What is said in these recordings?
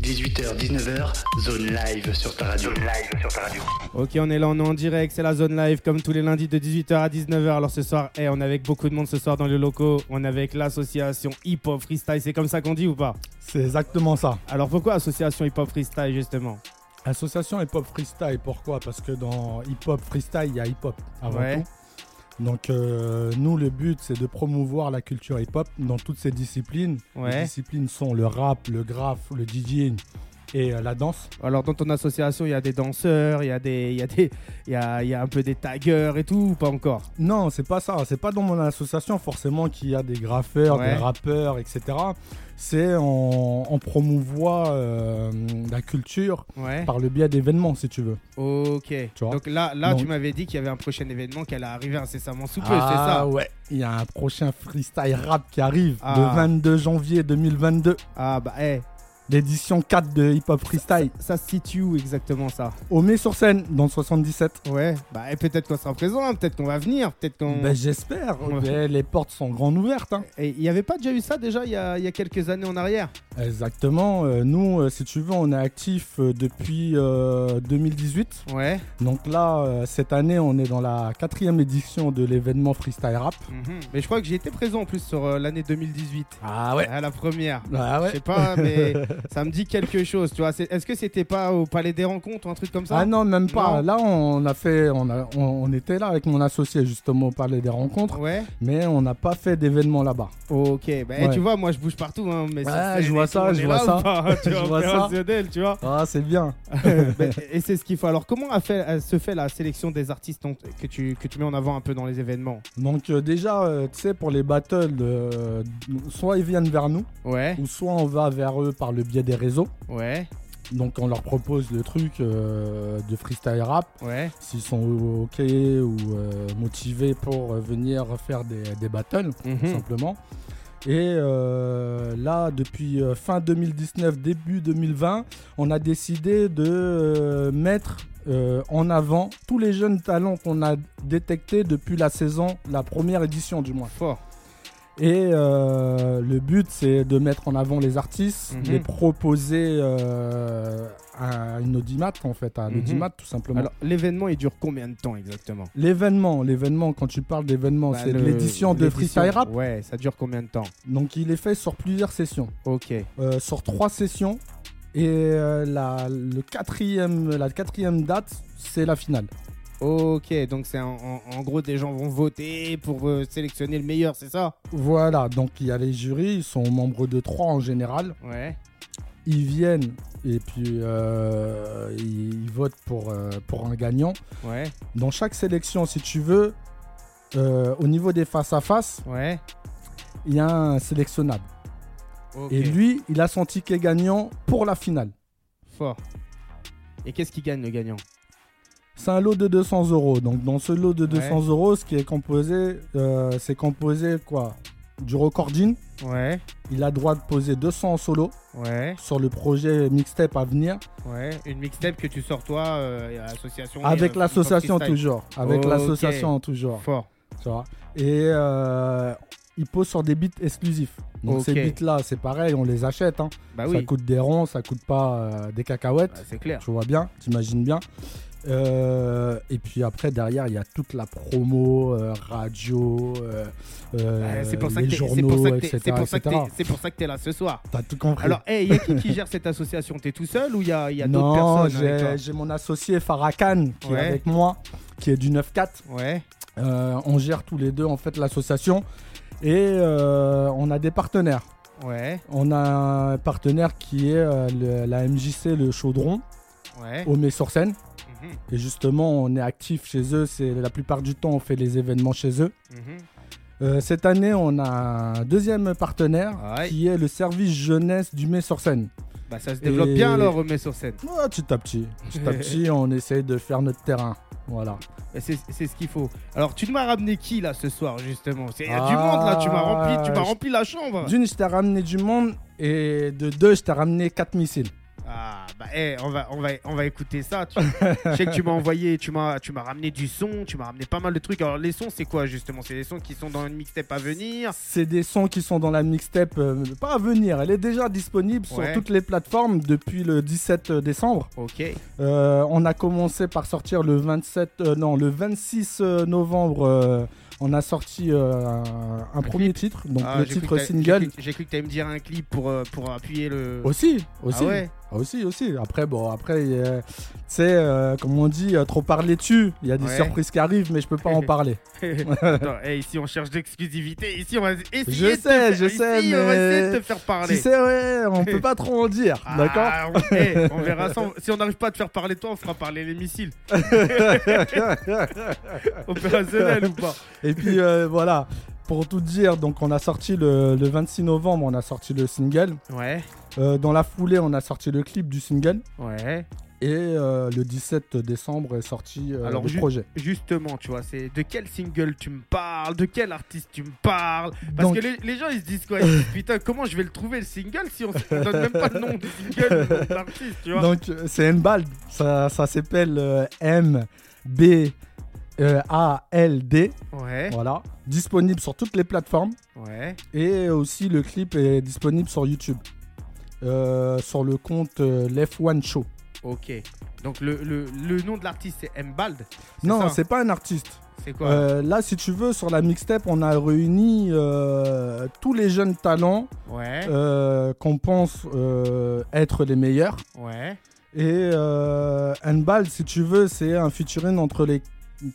18h, 19h, zone live sur ta radio. live sur ta radio. Ok, on est là, on est en direct, c'est la zone live comme tous les lundis de 18h à 19h. Alors ce soir, eh, on est avec beaucoup de monde ce soir dans les locaux. On est avec l'association Hip Hop Freestyle, c'est comme ça qu'on dit ou pas C'est exactement ça. Alors pourquoi association Hip Hop Freestyle justement Association Hip Hop Freestyle, pourquoi Parce que dans Hip Hop Freestyle, il y a hip hop avant Ouais. tout. Donc euh, nous, le but, c'est de promouvoir la culture hip hop dans toutes ses disciplines. Les Ouais. disciplines sont le rap, le graphe, le DJing et euh, la danse. Alors dans ton association, il y a des danseurs, il y a des, il y a des, il y a, il y a un peu des taggers et tout ou pas encore Non, c'est pas ça. C'est pas dans mon association forcément qu'il y a des graffeurs, Ouais. des rappeurs, etc. C'est on, on promouvoit euh, la culture Ouais. par le biais d'événements, si tu veux. Ok. Tu vois Donc là, là, Donc- tu m'avais dit qu'il y avait un prochain événement qui allait arriver incessamment sous peu, c'est ah ça ouais, il y a un prochain freestyle rap qui arrive Ah. le 22 janvier 2022, Ah bah, eh, l'édition 4 de Hip Hop Freestyle, ça se situe où exactement ça au met sur scène dans le 77. Ouais. Bah, eh, peut-être qu'on sera présent, hein, peut-être qu'on va venir, peut-être qu'on. Ben, j'espère, Ouais. Ben, les portes sont grandes ouvertes. hein. Et il n'y avait pas déjà eu ça déjà il y a, il y a quelques années en arrière Exactement, euh, nous euh, si tu veux on est actif euh, depuis euh, 2018, Ouais. donc là euh, cette année on est dans la quatrième édition de l'événement freestyle rap. Mais je crois que j'ai été présent en plus sur euh, l'année 2018. Ah ouais, À la première. ah Je sais ouais. pas, mais ça me dit quelque chose, tu vois. C'est- Est-ce que c'était pas au Palais des Rencontres ou un truc comme ça Ah non, même Non. pas. Là, on a fait, on, a- on- on était là avec mon associé justement au palais des rencontres. Ouais. mais on n'a pas fait d'événement là-bas. Ok. Bah, eh, Ouais. tu vois, moi je bouge partout. Hein, mais sur Ouais, scène je vois et tout, ça, on je est vois là ça. ou pas, hein, tu Je vois, vois ça. opérationnel, tu vois. Ah, c'est bien. Bah, et c'est ce qu'il faut. Alors, comment a fait- euh, se fait la sélection des artistes en- que, tu, que tu mets en avant un peu dans les événements Donc euh, déjà, euh, tu sais, pour les battles, euh, soit ils viennent vers nous, Ouais. ou soit on va vers eux par le biais des réseaux. Ouais. Donc on leur propose le truc euh, de freestyle rap, Ouais. s'ils sont ok ou euh, motivés pour euh, venir faire des, des battles, tout Mhm. simplement. Et euh, là, depuis euh, fin 2019, début 2020, on a décidé de euh, mettre euh, en avant tous les jeunes talents qu'on a détectés depuis la saison, la première édition du moins. Fort. Et euh, le but, c'est de mettre en avant les artistes, Mhm. les proposer euh, à une audimat, en fait, à Mhm. l'audimat, Ah, tout simplement. Alors, l'événement, il dure combien de temps exactement L'événement, l'événement, quand tu parles d'événement, Bah, c'est le- l'édition de l'édition, Freestyle Rap. Ouais, ça dure combien de temps Donc, il est fait sur plusieurs sessions. Ok. euh, sur trois sessions. Et euh, la, le quatrième, la quatrième date, c'est la finale. Ok, donc c'est en, en- en gros des gens vont voter pour euh, sélectionner le meilleur, c'est ça Voilà, donc il y a les jurys, ils sont membres de trois en général. Ouais. Ils viennent et puis euh, ils, ils votent pour, euh, pour un gagnant. Ouais. Dans chaque sélection, si tu veux, euh, au niveau des face-à-face, Ouais. il y a un sélectionnable. Ok. Et lui, il a son ticket gagnant pour la finale. Fort. Et qu'est-ce qui gagne le gagnant C'est un lot de 200 euros. Donc dans ce lot de Ouais. 200 euros, ce qui est composé, euh, c'est composé quoi Du recording. Ouais. Il a droit de poser 200 en solo Ouais. sur le projet mixtape à venir Ouais. Une mixtape que tu sors toi, euh, association. avec euh, l'association freestyle. toujours, avec Ok. l'association toujours, Fort. tu vois. Et euh, il pose sur des beats exclusifs. Donc Ok. ces beats là, c'est pareil, on les achète. hein. Bah Ça oui. coûte des ronds, ça coûte pas euh, des cacahuètes. Bah, c'est clair. Tu vois bien, t'imagines bien. Euh, et puis après, derrière, il y a toute la promo, euh, radio, euh, euh, Bah, c'est pour ça les que t'es- c'est journaux, pour ça que t'es- etc. c'est pour ça que etc. t'es- c'est pour ça que t'es là ce soir. T'as tout compris. Alors, hey, y a qui qui gère cette association T'es tout seul ou il y a, y a d'autres non, personnes avec j'ai- toi j'ai mon associé Farah Khan qui Ouais. est avec moi, qui est du 9-4. Ouais. Euh, on gère tous les deux en fait l'association et euh, on a des partenaires. Ouais. On a un partenaire qui est euh, le- la MJC Le Chaudron, Ouais. au sur seine Mhm, Et justement, on est actif chez eux. C'est la plupart du temps, on fait les événements chez eux. mhm. Euh, cette année, on a un deuxième partenaire Ouais. qui est le service jeunesse du Mai-sur-Seine. Bah ça se développe Et- bien alors remet sur scène. Ouais, petit à petit, petit à petit, on essaye de faire notre terrain. Voilà. Et eh, C'est c'est ce qu'il faut. Alors tu m'as ramené qui là ce soir justement Il y a du Ah, monde là, tu m'as rempli, tu m'as je- rempli la chambre. D'une, je t'ai ramené du monde et de deux, je t'ai ramené quatre missiles. Ah Ah, bah, eh, on, va, on, va, on va écouter ça. tu- Je sais que tu m'as envoyé, tu m'as tu m'as ramené du son, tu m'as ramené pas mal de trucs. Alors, les sons, c'est quoi justement C'est les sons qui sont dans une mixtape à venir. C'est des sons qui sont dans la mixtape, euh, pas à venir, elle est déjà disponible Ouais. sur toutes les plateformes depuis le 17 décembre. Ok. Euh, on a commencé par sortir le 27, euh, non, le 26 euh, novembre, euh, on a sorti euh, un, un premier titre, donc Ah, le j'ai cru titre que t'a- single. j'ai cru- J'ai cru que t'allais me dire un clip pour, euh, pour appuyer le. Aussi, aussi. Ah ouais Ah, aussi, aussi. Après, bon, après, il y a- tu sais, euh, comme on dit, euh, trop parler tu. Il y a des Ouais. surprises qui arrivent, mais je peux pas en parler. Attends, eh, ici on cherche d'exclusivité. Ici on va essayer Je de te sais, faire- je ici, sais, on va essayer de mais- te faire parler. Tu sais, ouais, on peut pas trop en dire, Ah, d'accord on, eh, on verra ça. On- Si on n'arrive pas à te faire parler toi, on fera parler les missiles. Opérationnel ou pas Et puis euh, voilà, pour tout dire, donc on a sorti le, le 26 novembre, on a sorti le single. Ouais, Euh, dans la foulée, on a sorti le clip du single. ouais. Et euh, le 17 décembre est sorti euh, Alors, le ju- projet. Justement, tu vois, c'est de quel single tu me parles, de quel artiste tu me parles. Parce Donc- que les, les gens ils se disent quoi Ils se disent, Putain, comment je vais le trouver le single si on ne donne même pas le nom du single, le nom de l'artiste, tu vois Donc euh, c'est Mbald, ça, ça s'appelle euh, M B euh, A L D, Ouais, voilà, disponible sur toutes les plateformes ouais. et aussi le clip est disponible sur YouTube. Euh, sur le compte euh, Left One Show. Ok. Donc le, le, le nom de l'artiste c'est Mbald. Non, ça c'est pas un artiste. C'est quoi Euh, là, si tu veux, sur la mixtape, on a réuni euh, tous les jeunes talents Ouais, euh, qu'on pense euh, être les meilleurs. ouais. Et euh, Handball, si tu veux, c'est un featuring entre les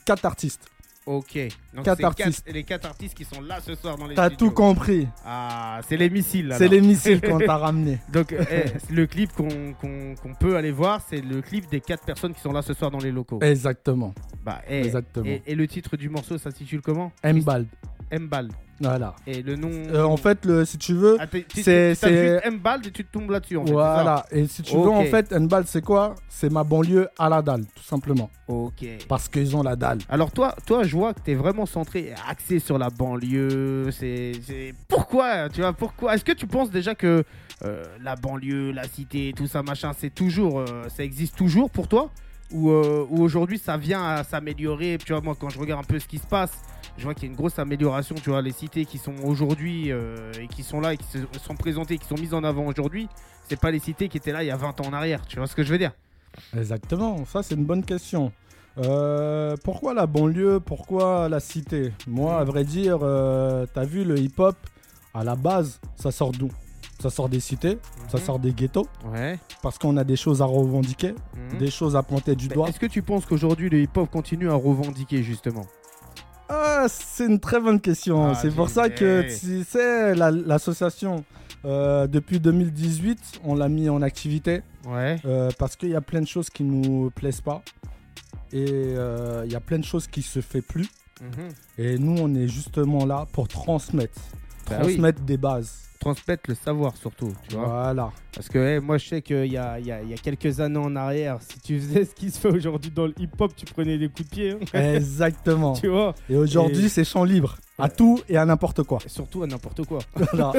quatre artistes. Ok. Donc Quatre c'est artistes. quatre- les quatre artistes qui sont là ce soir dans les T'as studios. tout compris. Ah, c'est les missiles. C'est alors. les missiles qu'on t'a ramenés. Donc euh, eh, le clip qu'on qu'on- qu'on peut aller voir, c'est le clip des quatre personnes qui sont là ce soir dans les locaux. Exactement. Bah, eh, Exactement. Et, et le titre du morceau s'intitule comment Mbald. Mbald. Voilà. Et le nom. Euh, en fait, le, si tu veux, Ah, t'es- tu- c'est- tu tapes c'est- juste Mbald et tu tombes là-dessus. En fait, c'est ça voilà. Et si tu veux, Ok. en fait, Handball, c'est quoi C'est ma banlieue à la dalle, tout simplement. Ok. Parce qu'ils ont la dalle. Alors toi, toi, je vois que t'es vraiment centré, axé sur la banlieue. C'est, c'est- pourquoi, tu vois, pourquoi Est-ce que tu penses déjà que euh, la banlieue, la cité, tout ça, machin, c'est toujours, euh, ça existe toujours pour toi ou, euh, ou aujourd'hui ça vient à s'améliorer Tu vois, moi, quand je regarde un peu ce qui se passe, je vois qu'il y a une grosse amélioration. Tu vois, les cités qui sont aujourd'hui euh, et qui sont là, et qui se sont présentées, qui sont mises en avant aujourd'hui, c'est pas les cités qui étaient là il y a 20 ans en arrière. Tu vois ce que je veux dire Exactement, ça c'est une bonne question. Euh, pourquoi la banlieue Pourquoi la cité Moi, à vrai dire, euh, t'as vu le hip-hop, à la base, ça sort d'où Ça sort des cités, ça Mhm. sort des ghettos, Ouais. parce qu'on a des choses à revendiquer, des choses à pointer du Mais doigt. Ben, Est-ce que tu penses qu'aujourd'hui le hip-hop continue à revendiquer justement Ah, c'est une très bonne question. Ah, c'est pour ça que, génial. tu sais, la- l'association, euh, depuis 2018, on l'a mis en activité. Ouais. Euh, parce qu'il y a plein de choses qui nous plaisent pas et euh, il y a plein de choses qui se fait plus Mhm. et nous on est justement là pour transmettre Bah oui. transmettre des bases Transmettre le savoir surtout, tu vois. voilà Parce que eh, moi je sais qu'il y a, il y a- il y a quelques années en arrière, si tu faisais ce qui se fait aujourd'hui dans le hip-hop, tu prenais des coups de pied, hein, exactement tu vois. et aujourd'hui Et- c'est champ libre à tout et à n'importe quoi Et surtout à n'importe quoi. Voilà.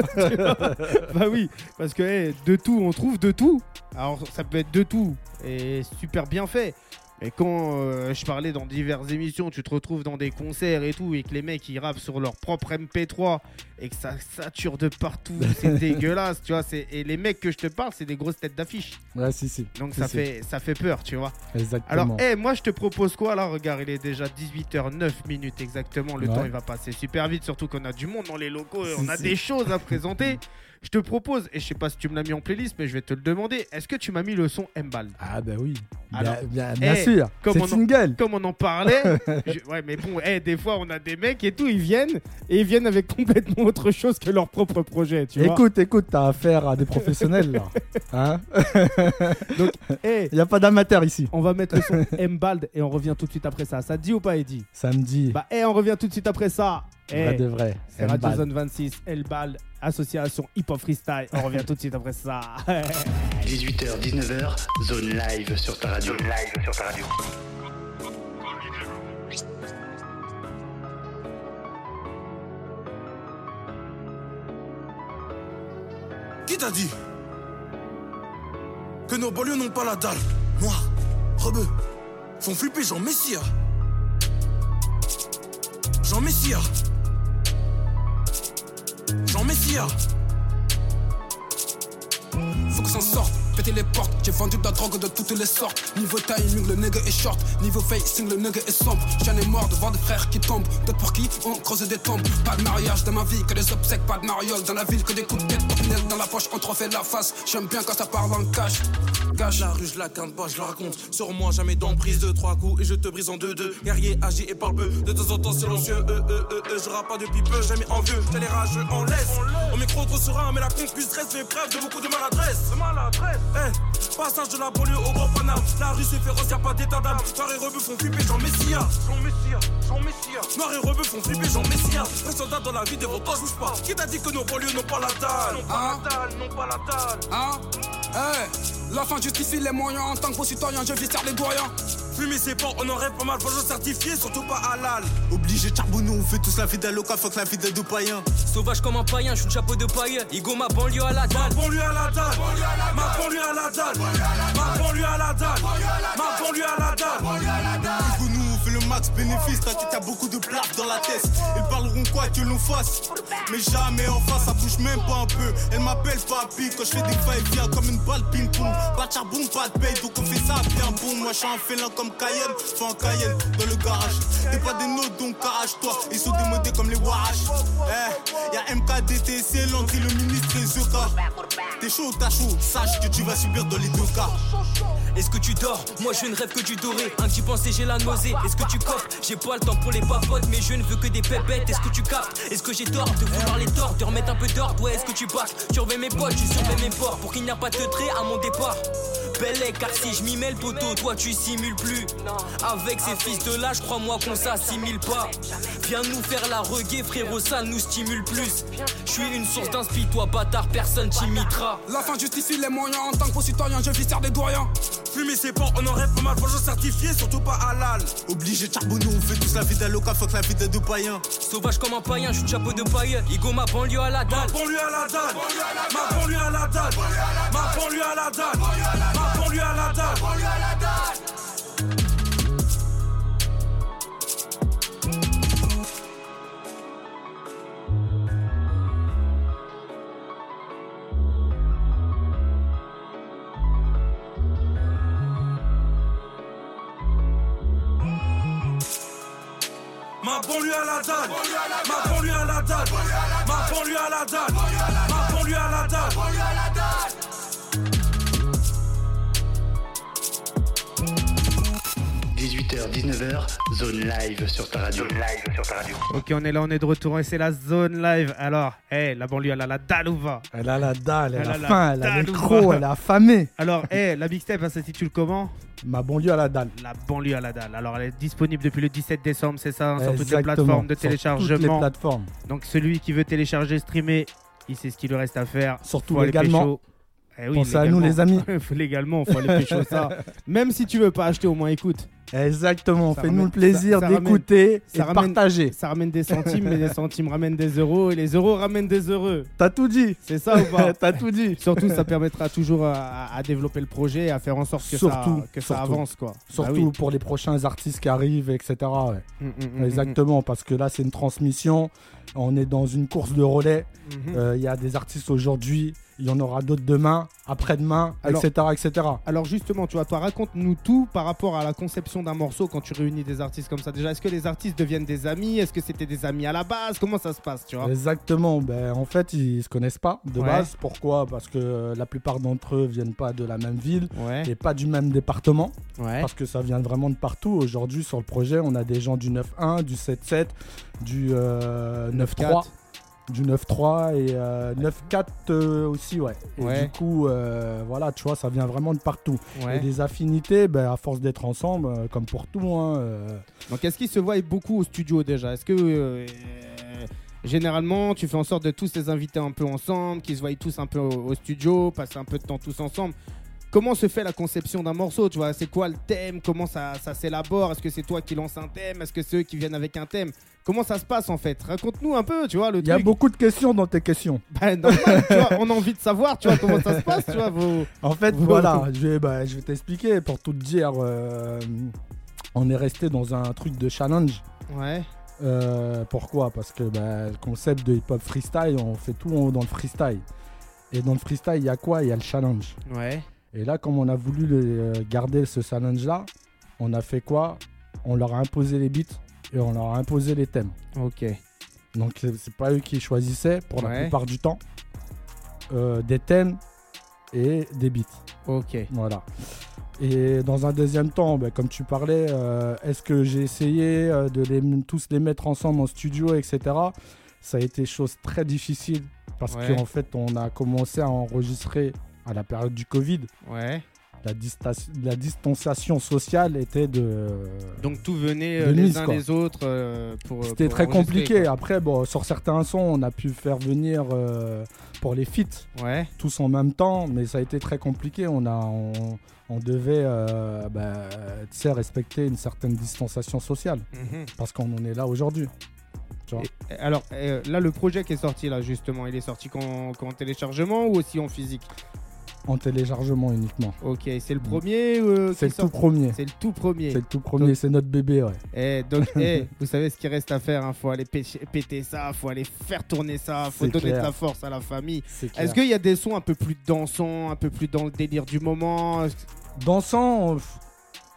bah oui, parce que eh, de tout, on trouve de tout. Alors ça peut être de tout, et super bien fait. Et quand euh, je parlais dans diverses émissions, tu te retrouves dans des concerts et tout, et que les mecs ils rappent sur leur propre MP3 et que ça sature de partout, c'est dégueulasse, tu vois. c'est- Et les mecs que je te parle, c'est des grosses têtes d'affiche. ouais si si Donc Si, ça si. fait, ça fait peur, tu vois. Alors, exactement eh, moi je te propose quoi là Regarde, il est déjà 18h09 minutes exactement. Le Ouais. temps il va passer super vite, surtout qu'on a du monde dans les locaux et Si, on a si. des choses à présenter. Je te propose, et je sais pas si tu me l'as mis en playlist, mais je vais te le demander. Est-ce que tu m'as mis le son Mbal ah bah oui Alors, bien, bien- bien eh, sûr comme c'est on en- single Comme on en parlait, je- ouais, mais bon, eh, des fois on a des mecs et tout, ils viennent et ils viennent avec complètement autre chose que leur propre projet, tu vois. Écoute, écoute, t'as affaire à des professionnels là. Hein Eh, Il n'y a pas d'amateur ici. on va mettre le son Mbald et on revient tout de suite après ça. Ça te dit ou pas, Eddy Samedi, Bah, eh, on revient tout de suite après ça. Eh. vrai de vrai. C'est Mbal. Radio Zone 26, Elbal, association Hip Hop Freestyle. On revient tout de suite après ça. 18h, 19h, zone live sur ta radio. live sur ta radio. Qui t'a dit Que nos banlieues n'ont pas la dalle. Moi, rebeu, font flipper Jean Messia. Jean Messia. Jean Messia. Faut que s'en sorte. Péter les portes, j'ai vendu de la drogue de toutes les sortes. Niveau timing, le nigga est short. Niveau facing, le nigga est sombre. J'en ai mort de voir des frères qui tombent. D'autres pour qui on creuse des tombes. Pas de mariage dans ma vie, que des obsèques, pas de mariole. Dans la ville, que des coups de tête, ordinaires dans la poche, on te refait la face. J'aime bien quand ça parle en cash. Gage la rue, je la quinte pas, je la raconte. Sur moi, jamais d'emprise de trois coups et je te brise en deux deux. Guerrier, agi et parle peu. De temps en temps, silencieux, euh, euh, euh, euh, je rappe pas depuis peu, jamais envieux. J'ai les rageux en laisse. Au micro, trop serein, mais la concuse reste fait preuve de beaucoup de maladresse. Eh, passage de la banlieue au grand Paname. La rue c'est féroce, y'a pas d'état d'âme. Noir et rebeu font flipper Jean Messia. Jean Messia, Jean Messia. Noir et rebeu font flipper Jean Messia. Un soldat dans la vie, des rotos, je bouge pas. Qui t'a dit que nos banlieues n'ont pas la dalle N'ont pas la dalle, n'ont pas la dalle. Hein Eh, la fin justifie les moyens. En tant que citoyen, je vis serre les doyens. Fumer c'est bon, on en rêve pas mal, bonjour certifié, surtout pas halal. Obligé de charbonner, on fait tous la vie d'Aloca, fuck la vie de deux païens. Sauvage comme un païen, je suis le chapeau de paille. Igo ma banlieue à la dalle. Ma banlieue à la dalle, ma banlieue à la dalle, ma banlieue à la dalle, ma banlieue à la dalle. Du coup, nous, on fait le max bénéfice, t'inquiète, t'as beaucoup de plaques dans la tête. Ils parleront quoi que l'on fasse, mais jamais en face, ça bouge même pas un peu. Elle m'appelle papi quand je fais des va-et-vient comme une balle ping-pong. Pas de charbon, pas de paye, donc on fait ça bien bon. Moi, je suis un félin comme Cayenne, fais un Cayenne dans le garage. T'es pas des notes, donc arrache-toi, ils sont démodés comme les Warash. Eh, y'a MKDT, c'est l'entrée, le ministre et Zeka. T'es chaud ou t'as chaud, sache que tu vas subir dans les deux cas. Est-ce que tu dors Moi je ne rêve que du doré. Un petit pensée, j'ai la nausée. Est-ce que tu copes J'ai pas le temps pour les papotes, mais je ne veux que des pépettes. Est-ce que tu captes Est-ce que j'ai tort de vouloir les torts De remettre un peu d'ordre Ouais, est-ce que tu bacs Surveille mes potes, tu surveilles mes ports pour qu'il n'y a pas de trait à mon départ. Belle est, car si je m'y mets le poteau, toi tu simules plus. Avec ces fils de lâche, crois-moi qu'on s'assimile pas. Viens nous faire la reggae, frérot, ça nous stimule plus. Je suis une source d'inspiration, toi bâtard, personne t'imitera. La fin justifie les moyens en tant que citoyen, je vis serre des doyens. Fumer c'est bon, on en rêve pas mal, bonjour certifié, surtout pas halal. Obligé de charbonner, on fait tous la vie d'Aloca, fuck la vie de deux païens. Sauvage comme un païen, je suis le chapeau de paille. Igo ma banlieue à la Ma dalle. banlieue à la dalle, ma banlieue à la dalle, ma banlieue à la dalle, ma banlieue à la dalle. Ma banlieue à la dalle, ma banlieue à la dalle, ma banlieue à la dalle, ma banlieue à la dalle. h 19h, zone live sur ta radio. live sur ta radio. Ok, on est là, on est de retour et c'est la zone live. Alors, hé, la banlieue, elle a la dalle ou va Elle a la dalle, elle, Elle a a la faim, elle a dalle les ou crocs, pas elle a affamé. Alors, hé, la mixtape, hein, elle s'intitule comment Ma banlieue à la dalle. La banlieue à la dalle. Alors, elle est disponible depuis le 17 décembre, c'est ça, hein, sur toutes les Exactement. plateformes de Sur Toutes les téléchargement. plateformes. Donc, celui qui veut télécharger, streamer, il sait ce qu'il lui reste à faire. Surtout Faut aller légalement. pécho. Eh oui, Pensez à nous, les amis. Faut légalement, faut aller pécho ça. Même si tu veux pas acheter, au moins écoute. Exactement. Ça Fais-nous le ramène- plaisir ça- ça ramène- d'écouter et ça de ramène- partager. Ça ramène des centimes, mais les centimes ramènent des euros et les euros ramènent des heureux. T'as tout dit. C'est ça ou pas T'as tout dit. Surtout, ça permettra toujours à, à- à développer le projet et à faire en sorte que, Surtout, ça, que ça surtout. avance. Quoi. Surtout Bah oui. pour les prochains artistes qui arrivent, etc. ouais. Mm, mm, mm, Exactement, parce que là, c'est une transmission. On est dans une course de relais. mm, mm. Euh, Il y a des artistes aujourd'hui, il y en aura d'autres demain, après-demain, Alors- etc., etc. Alors justement, tu vois, toi raconte-nous tout par rapport à la conception d'un morceau quand tu réunis des artistes comme ça. Déjà, est-ce que les artistes deviennent des amis Est-ce que c'était des amis à la base Comment ça se passe, tu vois Exactement. Ben, en fait, ils se connaissent pas de Ouais. base. Pourquoi Parce que euh, la plupart d'entre eux viennent pas de la même ville Ouais, et pas du même département. ouais. Parce que ça vient vraiment de partout. Aujourd'hui, sur le projet, on a des gens du 9-1, du 7-7, du euh, 9-3. 4. Du 9-3 et euh, 9-4 euh, aussi, ouais. Et Ouais. du coup, euh, voilà, tu vois, ça vient vraiment de partout. Et Ouais. des affinités, ben, à force d'être ensemble, euh, comme pour tout, hein, euh, Donc est-ce qu'ils se voient beaucoup au studio déjà Est-ce que euh, euh, généralement tu fais en sorte de tous les inviter un peu ensemble, qu'ils se voient tous un peu au, au studio, passer un peu de temps tous ensemble comment se fait la conception d'un morceau, tu vois C'est quoi le thème Comment ça, ça s'élabore Est-ce que c'est toi qui lance un thème Est-ce que c'est eux qui viennent avec un thème Comment ça se passe en fait Raconte-nous un peu, tu vois, le Il y a truc. beaucoup de questions dans tes questions. Bah, normal, tu vois, on a envie de savoir, tu vois, comment ça se passe, tu vois, vos... En fait, Vous- voilà, je vais, bah, je vais t'expliquer. Pour tout te dire, euh, on est resté dans un truc de challenge. Ouais, Euh, pourquoi Parce que bah, le concept de hip-hop freestyle, on fait tout en- dans le freestyle. Et dans le freestyle, il y a quoi Il y a le challenge. ouais. Et là, comme on a voulu le- garder ce challenge-là, on a fait quoi On leur a imposé les beats et on leur a imposé les thèmes. Ok. Donc c'est c'est pas eux qui choisissaient pour la Ouais. plupart du temps euh, des thèmes et des beats. Ok. Voilà. Et dans un deuxième temps, bah, comme tu parlais, euh, est-ce que j'ai essayé euh, de les, tous les mettre ensemble en studio, etc. Ça a été chose très difficile parce Ouais. qu'en fait, on a commencé à enregistrer à la période du Covid. Ouais. La, distas- la distanciation sociale était de. Donc tout venait euh, De les mise, uns quoi. les autres euh, pour. C'était pour très enregistrer, compliqué. Après, bon, sur certains sons, on a pu faire venir euh, pour les feats quoi. Ouais. tous en même temps, mais ça a été très compliqué. On, a, on, on devait euh, bah, tu sais, respecter une certaine distanciation sociale Mhm. parce qu'on en est là aujourd'hui. hein. Et- Alors euh, là, le projet qui est sorti là justement, il est sorti qu'en qu'en téléchargement ou aussi en physique En téléchargement uniquement. Ok, c'est le premier. euh, Mm. C'est qui le sort tout premier. C'est le tout premier. C'est le tout premier, c'est notre bébé, ouais. Eh, donc, eh, vous savez ce qu'il reste à faire. hein. Faut aller pêcher- péter ça, faut aller faire tourner ça, faut C'est donner clair. de la force à la famille. C'est Est-ce qu'il y a des sons un peu plus dansants, un peu plus dans le délire du moment Dansant, on-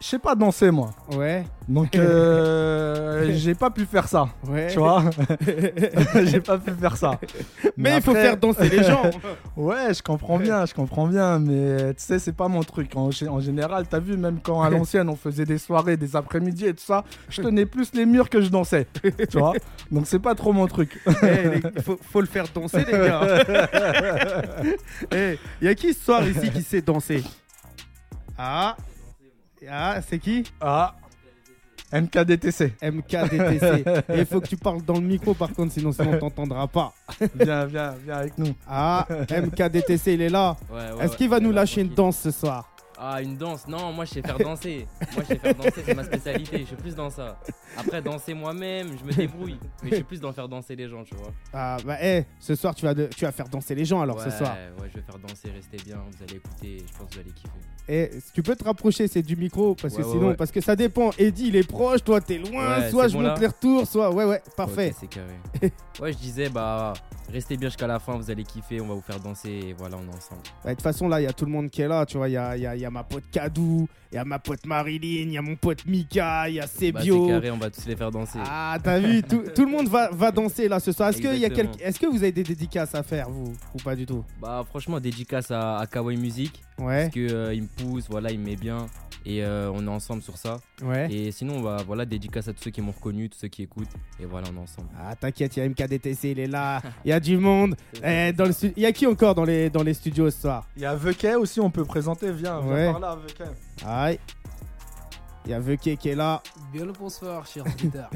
je sais pas danser moi. Ouais, Donc euh, j'ai pas pu faire ça. ouais. Tu vois J'ai pas pu faire ça. Mais il faut après- faire danser les gens. Ouais, je comprends bien, je comprends bien, mais tu sais, c'est pas mon truc. En, gé- en général, t'as vu, même quand à l'ancienne, on faisait des soirées, des après-midi et tout ça, je tenais plus les murs que je dansais, tu vois. Donc c'est pas trop mon truc. Il Eh, faut, faut le faire danser, les gars. Il Eh, y a qui ce soir ici qui sait danser Ah, ah c'est qui Ah, MKDTC. MKDTC. Et Il Eh, faut que tu parles dans le micro, par contre, sinon, sinon on t'entendra pas. Viens, viens, viens avec nous. Ah, MKDTC, il est là. Ouais, ouais, Est-ce ouais. qu'il va Il est nous là, lâcher une tranquille. danse ce soir Ah, une danse Non, moi je sais faire danser. moi je sais faire danser, c'est ma spécialité. Je suis plus dans ça. Après, danser moi-même, je me débrouille. Mais je suis plus dans faire danser les gens, tu vois. Ah, bah, eh, ce soir, tu vas, de- tu vas faire danser les gens alors Ouais, ce soir. Ouais, je vais faire danser, restez bien, vous allez écouter, je pense que vous allez kiffer. Et Eh, tu peux te rapprocher, c'est du micro, parce Ouais, que ouais, sinon, ouais. parce que ça dépend. Eddie, il est proche, toi, t'es loin, Ouais, soit c'est je bon, monte là les retours, soit. Ouais, ouais, parfait. Eh, Ok, c'est carré. ouais, je disais, bah, restez bien jusqu'à la fin, vous allez kiffer, on va vous faire danser et voilà, on est ensemble. Bah, De toute façon, là, il y a tout le monde qui est là, tu vois. Il y a, il y a- il y a ma pote Kadou, il y a ma pote Marilyn, il y a mon pote Mika, il y a Bah, Sebio. c'est carré, on va tous les faire danser. ah, t'as vu, tout, tout le monde va, va danser là ce soir. Est-ce que, y a Exactement. quelqu'un- est-ce que vous avez des dédicaces à faire, vous, ou pas du tout Bah, franchement, dédicace à, à Kawaii Music, Ouais, parce que euh, il me pousse, voilà, il me met bien. Et euh, on est ensemble sur ça. ouais. Et sinon, on va, voilà, dédicace à tous ceux qui m'ont reconnu, tous ceux qui écoutent. Et voilà, on est ensemble. Ah, t'inquiète, il y a MKDTC, il est là, il y a du monde. Eh, dans le stu- Il y a qui encore dans les, dans les studios ce soir Il y a Veke aussi, on peut présenter, viens, viens Ouais. par là, Veke. Aïe. Il y a Veke qui est là. Bien le bonsoir, chers auditeurs.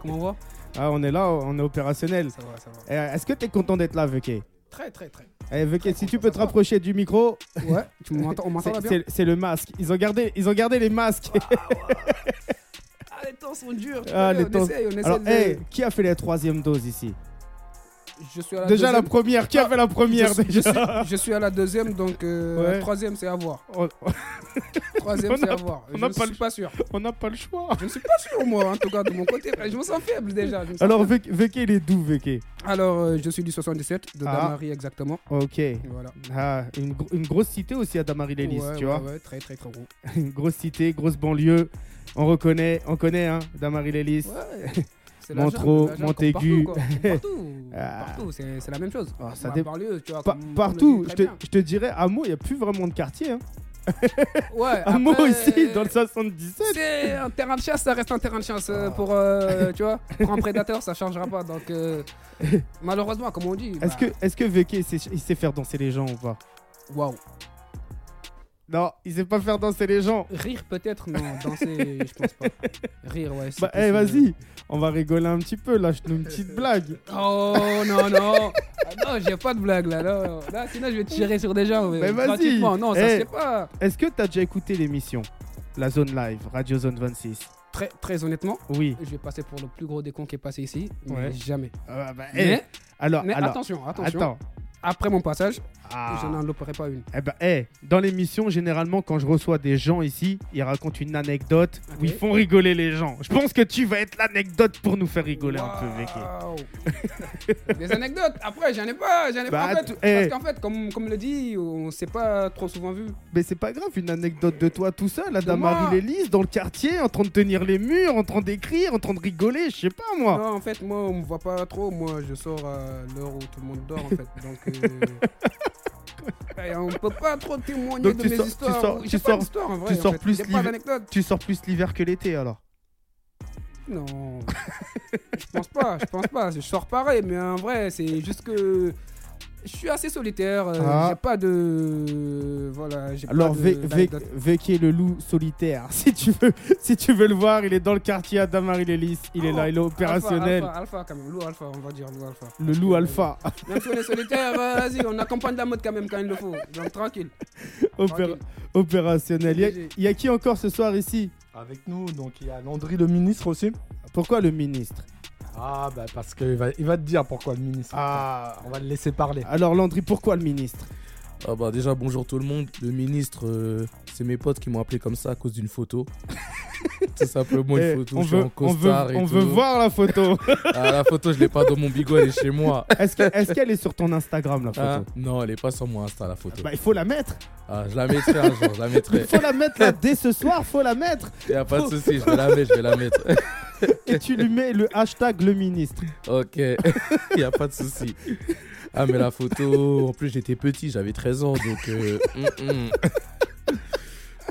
Comment on voit Ah, on est là, on est opérationnel. Ça va, ça va. Eh, Est-ce que t'es content d'être là, Veke Très, très, très. Eh, Veke, si content, tu peux ça te va. rapprocher du micro, Ouais, tu m'entends, on c'est- m'entend là bien c'est c'est le masque. Ils ont gardé, ils ont gardé les masques. Ah, les temps sont durs. tu Ah, connais, les on temps- essaye, on essaye Alors, de- eh, qui a fait la troisième dose ici Je suis à la Déjà la deuxième. première. Qui a fait la première je, suis- déjà je suis à la deuxième, donc euh, Ouais. la troisième, c'est à voir. On- Troisième, On c'est n'a- à voir. on Je n'a ne pas suis le- pas sûr. On n'a pas le choix. Je ne suis pas sûr, moi, en tout cas, de mon côté. Je me sens faible déjà. je me sens Alors, faible. Veke, Veke, il est d'où, Veke Alors, euh, je suis du 77, de Ah. Damary exactement. Ok. Voilà. Ah, une, gro- une grosse cité aussi à Damary-les-Lys, Ouais, tu ouais, vois. ouais, très, très, très gros. Une grosse cité, grosse banlieue. On reconnaît, on connaît, hein, Damary-les-Lys. Ouais. C'est la Montreux, jungle, la jungle, comme Montaigu. Partout, quoi. partout, Ah. partout, c'est c'est la même chose. Ah, ça Ma dé- banlieue, tu vois, Pa- comme- partout, comme je le te, dit très je te dirais, à Meaux, il n'y a plus vraiment de quartier. Hein. bien. Ouais, À Meaux, après, ici, dans le 77. C'est un terrain de chasse, ça reste un terrain de chasse euh, Oh. pour, euh, tu vois, pour un prédateur, ça changera pas. Donc, euh, malheureusement, comme on dit. Est-ce que, est que Veke, il sait- il sait faire danser les gens ou pas Waouh. Non, il sait pas faire danser les gens. bah, Rire peut-être, non. Danser, je pense pas. Rire, ouais. c'est Bah, eh, possible. vas-y, on va rigoler un petit peu. Lâche-nous une petite blague. Oh non, non. Ah, non, j'ai pas de blague là. Non. Là, sinon, je vais te tirer sur des gens. Mais, Mais vas-y. gratuitement. Non, ça Eh. se fait pas. Est-ce que t'as déjà écouté l'émission La Zone Live, Radio Zone 26 Très, très honnêtement, Oui. je vais passer pour le plus gros des cons qui est passé ici. Mais Ouais. jamais. Ah, bah, eh, Mais, alors, mais alors, attention, attention. attends. Après mon passage, Ah. je n'en louperai pas une. Eh ben, eh, dans l'émission, généralement, quand je reçois des gens ici, ils racontent une anecdote où Ok. ils font rigoler les gens. Je pense que tu vas être l'anecdote pour nous faire rigoler un peu, Veke. Waouh. Des anecdotes, après j'en ai pas, j'en ai Bah, pas. En fait, tout- eh. Parce qu'en fait, comme, comme le dit, on s'est pas trop souvent vu. Mais c'est pas grave, une anecdote de toi tout seul, à moi. Damary Lélise, dans le quartier, en train de tenir les murs, en train d'écrire, en train de rigoler, je sais pas moi. Non, en fait, moi, on me voit pas trop. Moi, je sors à l'heure où tout le monde dort, en fait. Donc, euh, et on peut pas trop témoigner Donc de tu mes sors- tu histoires. sors- J'ai tu pas sors- d'histoire, en vrai, tu en sors fait. plus J'ai pas liv- d'anecdote. Tu sors plus l'hiver que l'été alors Non. je pense pas, je pense pas. Je sors pareil, mais en vrai, c'est juste que. Je suis assez solitaire, euh, Ah. j'ai pas de. Voilà, j'ai pas Alors, de- Ve- Ve- d'anecdote. Veke le loup solitaire, si tu veux, si tu veux le voir, il est dans le quartier à Damary Lélise, il est Oh, là, il est opérationnel. Alpha, alpha, alpha, quand même, loup alpha, on va dire loup alpha. Le loup alpha, Même si on est solitaire, euh, vas-y, on accompagne la mode quand même quand il le faut. Donc tranquille. opéra- opérationnel. Il y a- Léger. il y a qui encore ce soir ici Avec nous, donc il y a Landry le ministre aussi. Pourquoi le ministre Ah, bah parce qu'il va, il va te dire pourquoi le ministre. Ah On va le laisser parler. Alors Landry, pourquoi le ministre Ah bah déjà bonjour tout le monde, le ministre, euh, c'est mes potes qui m'ont appelé comme ça à cause d'une photo. tout simplement Eh, une photo, on je suis veut, en on veut, costard et on tout. veut voir la photo. Ah, la photo je l'ai pas dans mon bigot, elle est chez moi. Est-ce que- est-ce qu'elle est, sur ton Instagram la photo Ah, non elle est pas sur mon Insta la photo. Bah il faut la mettre. Ah, je la mettrai un jour, je la mettrai. Il faut la mettre là dès ce soir, faut la mettre. Y a pas de souci, je vais la mettre, je vais la mettre. Et tu lui mets le hashtag le ministre. ok, y a pas de souci. Ah mais la photo, en plus j'étais petit, j'avais 13 ans donc... Euh, mm, mm.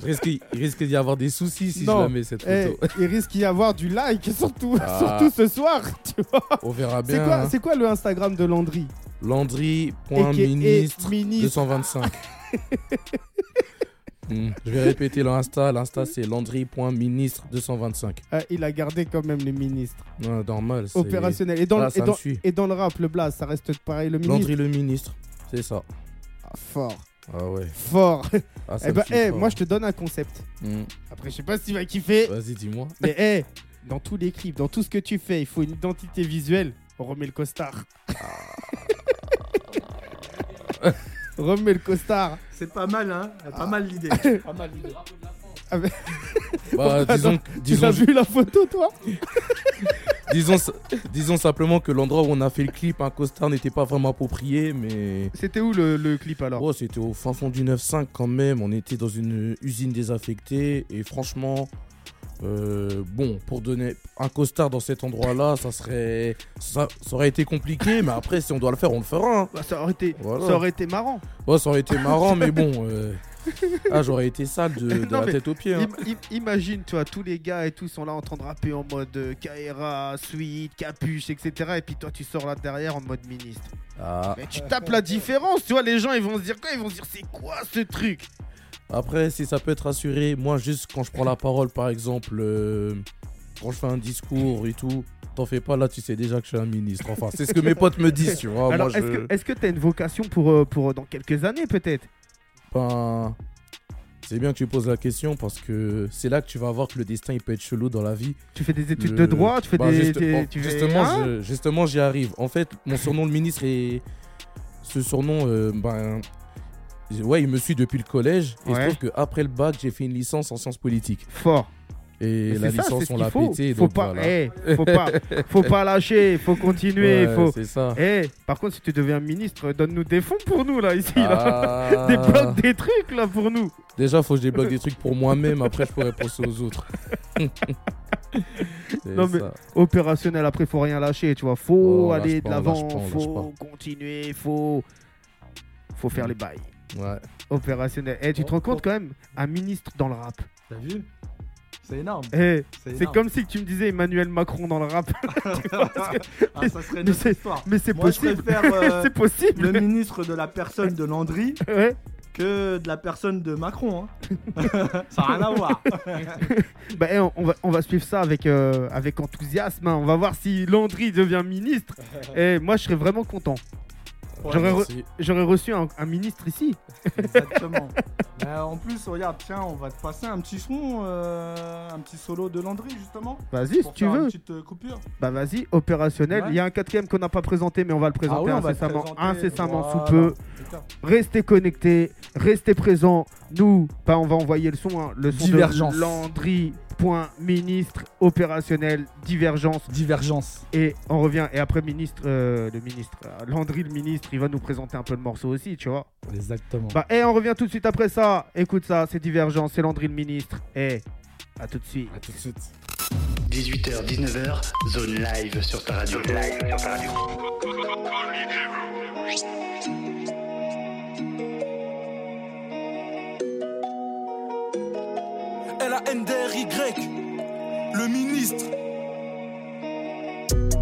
Il risque, il risque d'y avoir des soucis si Non. je la mets cette Eh, photo. il risque d'y avoir du like surtout, Ah. surtout ce soir. Tu vois. On verra bien. C'est quoi, hein. c'est quoi le Instagram de Landry AKA Landry.ministre 225. Hmm, Je vais répéter l'insta. L'insta c'est Landry.ministre 225. Ah, il a gardé quand même le ministre Non, normal. Ah, c'est- opérationnel. Et dans, le- Ah, ça et, me dans, suit. et dans le rap, le blast, ça reste pareil le ministre. Landry le ministre. C'est ça. Ah, fort, Ah ouais. fort. Ah, ça Eh me ben, suit eh, fort. moi je te donne un concept. Hmm, Après, je sais pas s'il va kiffer, Vas-y, dis-moi. mais eh, dans tous les clips, dans tout ce que tu fais, il faut une identité visuelle. On remet le costard. remet le costard. Ah. C'est pas mal, hein Pas mal l'idée. pas mal l'idée. Bah, disons, Tu as disons, vu la photo, toi disons, disons simplement que l'endroit où on a fait le clip, un costard n'était pas vraiment approprié, mais. C'était où le, le clip alors Oh, c'était au fin fond du 9-5 quand même. On était dans une usine désaffectée. Et franchement, euh, bon, pour donner un costard dans cet endroit-là, ça serait. Ça, ça aurait été compliqué, mais après, si on doit le faire, on le fera. hein. Bah, ça, aurait été, Voilà. ça aurait été marrant. Ouais, ça aurait été marrant, mais bon. euh, Ah, j'aurais été sale de, de Non, la mais tête aux pieds. hein. Im- im- imagine, toi, tous les gars et tout sont là en train de rapper en mode euh, KRA, Suite, Capuche, etc. Et puis toi, tu sors là derrière en mode ministre. Ah. Mais tu tapes la différence, tu vois. Les gens, ils vont se dire quoi Ils vont se dire, c'est quoi ce truc Après, si ça peut être rassuré, moi, juste quand je prends la parole, par exemple, euh, quand je fais un discours et tout. T'en fais pas là, tu sais déjà que je suis un ministre. Enfin, c'est ce que mes potes me disent, tu vois. Alors, moi, est-ce je- que- est-ce que t'as une vocation pour, euh, pour euh, dans quelques années, peut-être Ben, c'est bien que tu poses la question parce que c'est là que tu vas voir que le destin il peut être chelou dans la vie. Tu fais des études Le- de droit Tu fais Ben, des. juste- des- oh, tu fais- justement, hein je- justement, j'y arrive. En fait, mon surnom le ministre est ce surnom, euh, ben, ouais, il me suit depuis le collège. Et Ouais. je trouve que après le bac, j'ai fait une licence en sciences politiques. Fort. Et Mais la c'est ça, c'est licence, ce on qu'il l'a faut. pété. Faut donc pas, voilà. eh, faut pas, faut pas lâcher, faut continuer, Ouais, faut. C'est ça. Eh, par contre, si tu deviens ministre, donne-nous des fonds pour nous là ici. là. Ah. Des blocs, des trucs là pour nous. Déjà, faut que je débloque des trucs pour moi-même. Après, je pourrais penser aux autres. C'est Non, mais- ça. opérationnel. Après, faut rien lâcher, tu vois. Faut Oh, lâche aller de pas, l'avant, lâche pas, lâche faut continuer, faut faut faire les bails. Ouais. Opérationnel. Eh, tu te Oh, rends compte oh. quand même un ministre dans le rap. T'as vu C'est énorme. Eh, c'est comme si tu me disais Emmanuel Macron dans le rap. ah, ça serait Mais notre c'est- histoire. Mais c'est Moi, je possible. préfère euh, c'est possible. le ministre de la personne de Landry Ouais. que de la personne de Macron. hein. ça n'a rien à voir. Bah, eh, on, on va, on va suivre ça avec, euh, avec enthousiasme. hein. On va voir si Landry devient ministre. Et moi, je serais vraiment content. J'aurais, re- merci. j'aurais reçu un, un ministre ici. Exactement. Euh, en plus, regarde, tiens, on va te passer un petit son, euh, un petit solo de Landry, justement. Vas-y, si pour tu faire veux. Une petite euh, coupure. Bah, vas-y, opérationnel. Ouais. Il y a un quatrième qu'on n'a pas présenté, mais on va le présenter Ah oui, on va te incessamment, présenter. incessamment Voilà. sous peu. Putain. Restez connectés, restez présents. Nous, bah, on va envoyer le son, hein, le son Divergence. de Landry. Point ministre opérationnel divergence Divergence. et on revient et après ministre euh, le ministre euh, Landry le ministre il va nous présenter un peu le morceau aussi tu vois Exactement. bah et on revient tout de suite après ça écoute ça c'est divergence c'est Landry le ministre et à tout de suite À tout de suite. 18h, 19h, zone live sur ta radio. Live sur ta radio. LANDRY, le ministre.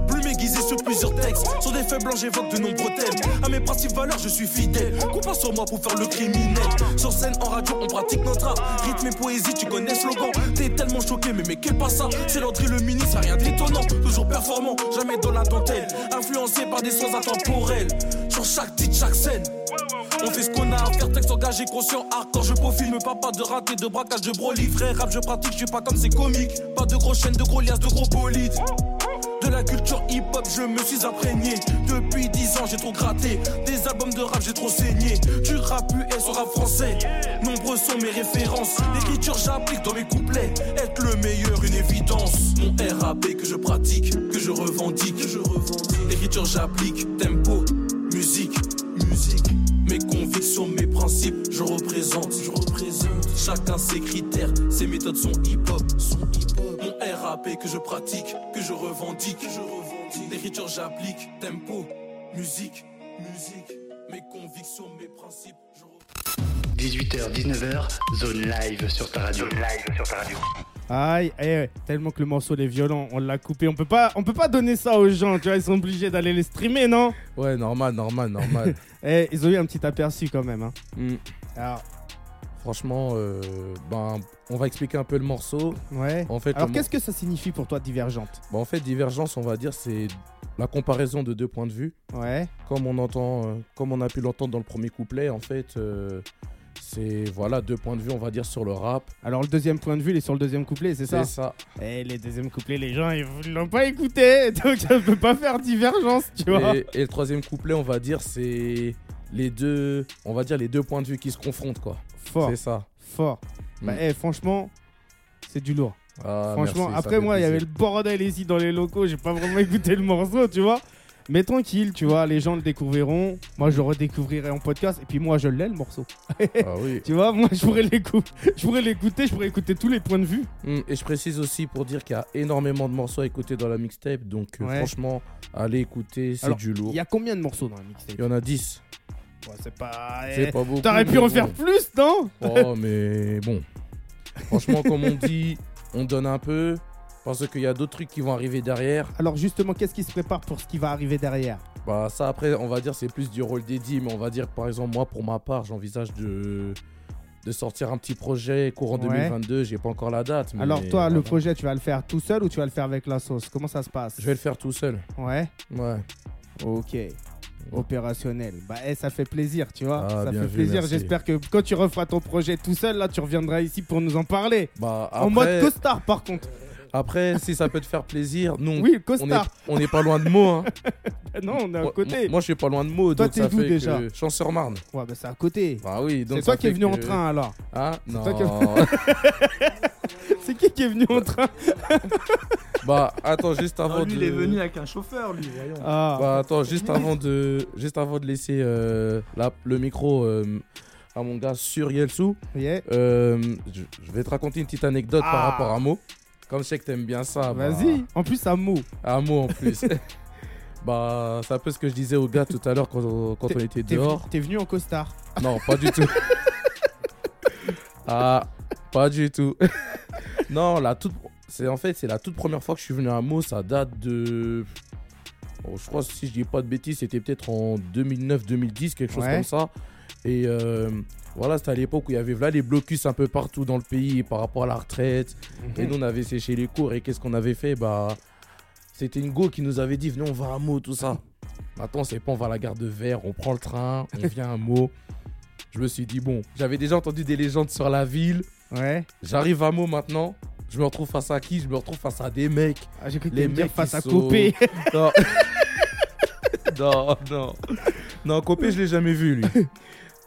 Plume aiguisée sur plusieurs textes, sur des faits blancs j'évoque de nombreux thèmes. À mes principes valeurs, je suis fidèle. Compte sur moi pour faire le criminel. Sur scène, en radio, on pratique notre art. Rythme et poésie, tu connais le slogan. T'es tellement choqué, mais mais quel pas ça C'est l'entrée le ministre, y'a rien d'étonnant. Toujours performant, jamais dans la dentelle. Influencé par des sons intemporels. Sur chaque titre, chaque scène. On fait ce qu'on a à faire, texte engagé, conscient, hardcore. Je profile, me pas pas de raté, de braquage, de broly. Frère, rap, je pratique, je suis pas comme ces comiques. Pas de gros chaînes, de gros liasses, de gros bolides. De la culture hip-hop, je me suis imprégné. Depuis 10 ans, j'ai trop gratté. Des albums de rap, j'ai trop saigné. Du rap US au rap français. Nombreux sont mes références. L'écriture, j'applique dans mes couplets. Être le meilleur, une évidence. Mon RAP que je pratique, que je revendique. Que je revendique. L'écriture, j'applique. Tempo, musique, musique. Mes convictions, mes principes, je représente, je représente. Chacun ses critères, ses méthodes sont hip-hop, sont hip-hop. Mon RAP que je pratique, que je revendique, que je revendique. L'écriture j'applique, tempo, musique, musique. Mes convictions, mes principes, je représente. 18h, 19h, zone live sur ta radio. live sur ta radio. aïe aïe tellement que le morceau il est violent on l'a coupé on peut pas on peut pas donner ça aux gens tu vois ils sont obligés d'aller les streamer non Eh, Ouais, normal, normal, normal. et ils ont eu un petit aperçu quand même hein. Hmm. alors Franchement, euh, ben, on va expliquer un peu le morceau. ouais En fait, alors le qu'est-ce que ça signifie pour toi divergente Bah, en fait, divergence, on va dire, c'est la comparaison de deux points de vue. ouais Comme on entend, euh, comme on a pu l'entendre dans le premier couplet, en fait, euh, c'est voilà deux points de vue, on va dire, sur le rap. alors le deuxième point de vue il est sur le deuxième couplet c'est ça C'est ça. Eh, les deuxièmes couplets, les gens, ils vous l'ont pas écouté, donc je peux pas faire divergence, tu vois. Et, et le troisième couplet, on va dire, c'est les deux, on va dire les deux points de vue qui se confrontent, quoi. Fort, C'est ça. fort. Bah, Mm. eh, franchement, c'est du lourd. Ah, franchement, merci, ça après fait moi, il y avait le plaisir. bordel ici dans les locaux, j'ai pas vraiment écouté le morceau, tu vois. Mais tranquille, tu vois, les gens le découvriront. Moi, je le redécouvrirai en podcast. Et puis, moi, je l'ai, le morceau. Ah oui. Tu vois, moi, je pourrais l'écou- je pourrais l'écouter, je pourrais écouter tous les points de vue. Mm, Et je précise aussi pour dire qu'il y a énormément de morceaux à écouter dans la mixtape, donc euh, Ouais. franchement, allez écouter, c'est Alors, du Il lourd. y a combien de morceaux dans la mixtape Il y en a 10. Ouais, C'est pas. C'est eh, pas beaucoup. T'aurais pu mais en bon. faire plus, non Oh, mais bon. Franchement, comme on dit, on donne un peu. Parce qu'il y a d'autres trucs qui vont arriver derrière. Alors, justement, qu'est-ce qui se prépare pour ce qui va arriver derrière Bah, ça, après, on va dire, c'est plus du rôle dédié. Mais on va dire, par exemple, moi, pour ma part, j'envisage de, de sortir un petit projet courant Ouais. 2022. J'ai pas encore la date. mais Alors toi, le voilà. projet, tu vas le faire tout seul ou tu vas le faire avec la sauce Comment ça se passe Je vais le faire tout seul. Ouais. Ouais. Ok. Opérationnel. Bah, eh, ça fait plaisir, tu vois. Ah, ça bien fait vu, plaisir. merci. J'espère que quand tu referas ton projet tout seul, là, tu reviendras ici pour nous en parler. Bah, En mode après, costard, par contre. après, si ça peut te faire plaisir, nous, Oui, le on n'est costard. on est pas loin de Meaux. Hein. Non, on est à Moi- côté. Moi, je suis pas loin de Meaux. Toi, donc t'es ça d'où fait déjà que- Je suis en Seine-et-Marne. Ouais, bah, c'est à côté. Bah oui, donc. C'est toi ça qui es fait venu en que- train alors. Ah non. toi qui C'est qui qui est venu en train bah attends juste avant Ah, lui, de. il est venu avec un chauffeur, lui, voyons. Ah, Bah attends juste avant de juste avant de laisser euh, la- le micro euh, à mon gars sur Yelsu, yeah. euh, je, je vais te raconter une petite anecdote Ah. par rapport à Mo. Comme je sais que t'aimes bien ça. bah, Vas-y. En plus, à mot. à Mo en plus. bah c'est un peu ce que je disais au gars tout à l'heure quand on, quand on était T'es venu, dehors. t'es venu en costard. Non, pas du tout. ah, pas du tout. non, la toute. C'est en fait, c'est la toute première fois que je suis venu à Meaux. Ça date de. bon, je crois si je dis pas de bêtises, c'était peut-être en 2009-2010, quelque chose Ouais. comme ça. Et euh, Voilà, c'était à l'époque où il y avait voilà, les blocus un peu partout dans le pays par rapport à la retraite. Mhm. Et nous, on avait séché les cours. Et qu'est-ce qu'on avait fait Bah, C'était une go qui nous avait dit venez, on va à Meaux, tout ça. Maintenant, c'est pas on va à la gare de Verre, on prend le train, on vient à Meaux. Je me suis dit bon, j'avais déjà entendu des légendes sur la ville. Ouais. J'arrive à Meaux maintenant. Je me retrouve face à qui Je me retrouve face à des mecs. Ah, j'ai cru que Les t'allais me dire mecs face ils à sont- Copé. Non. non, non. Non, Copé, je l'ai jamais vu, lui.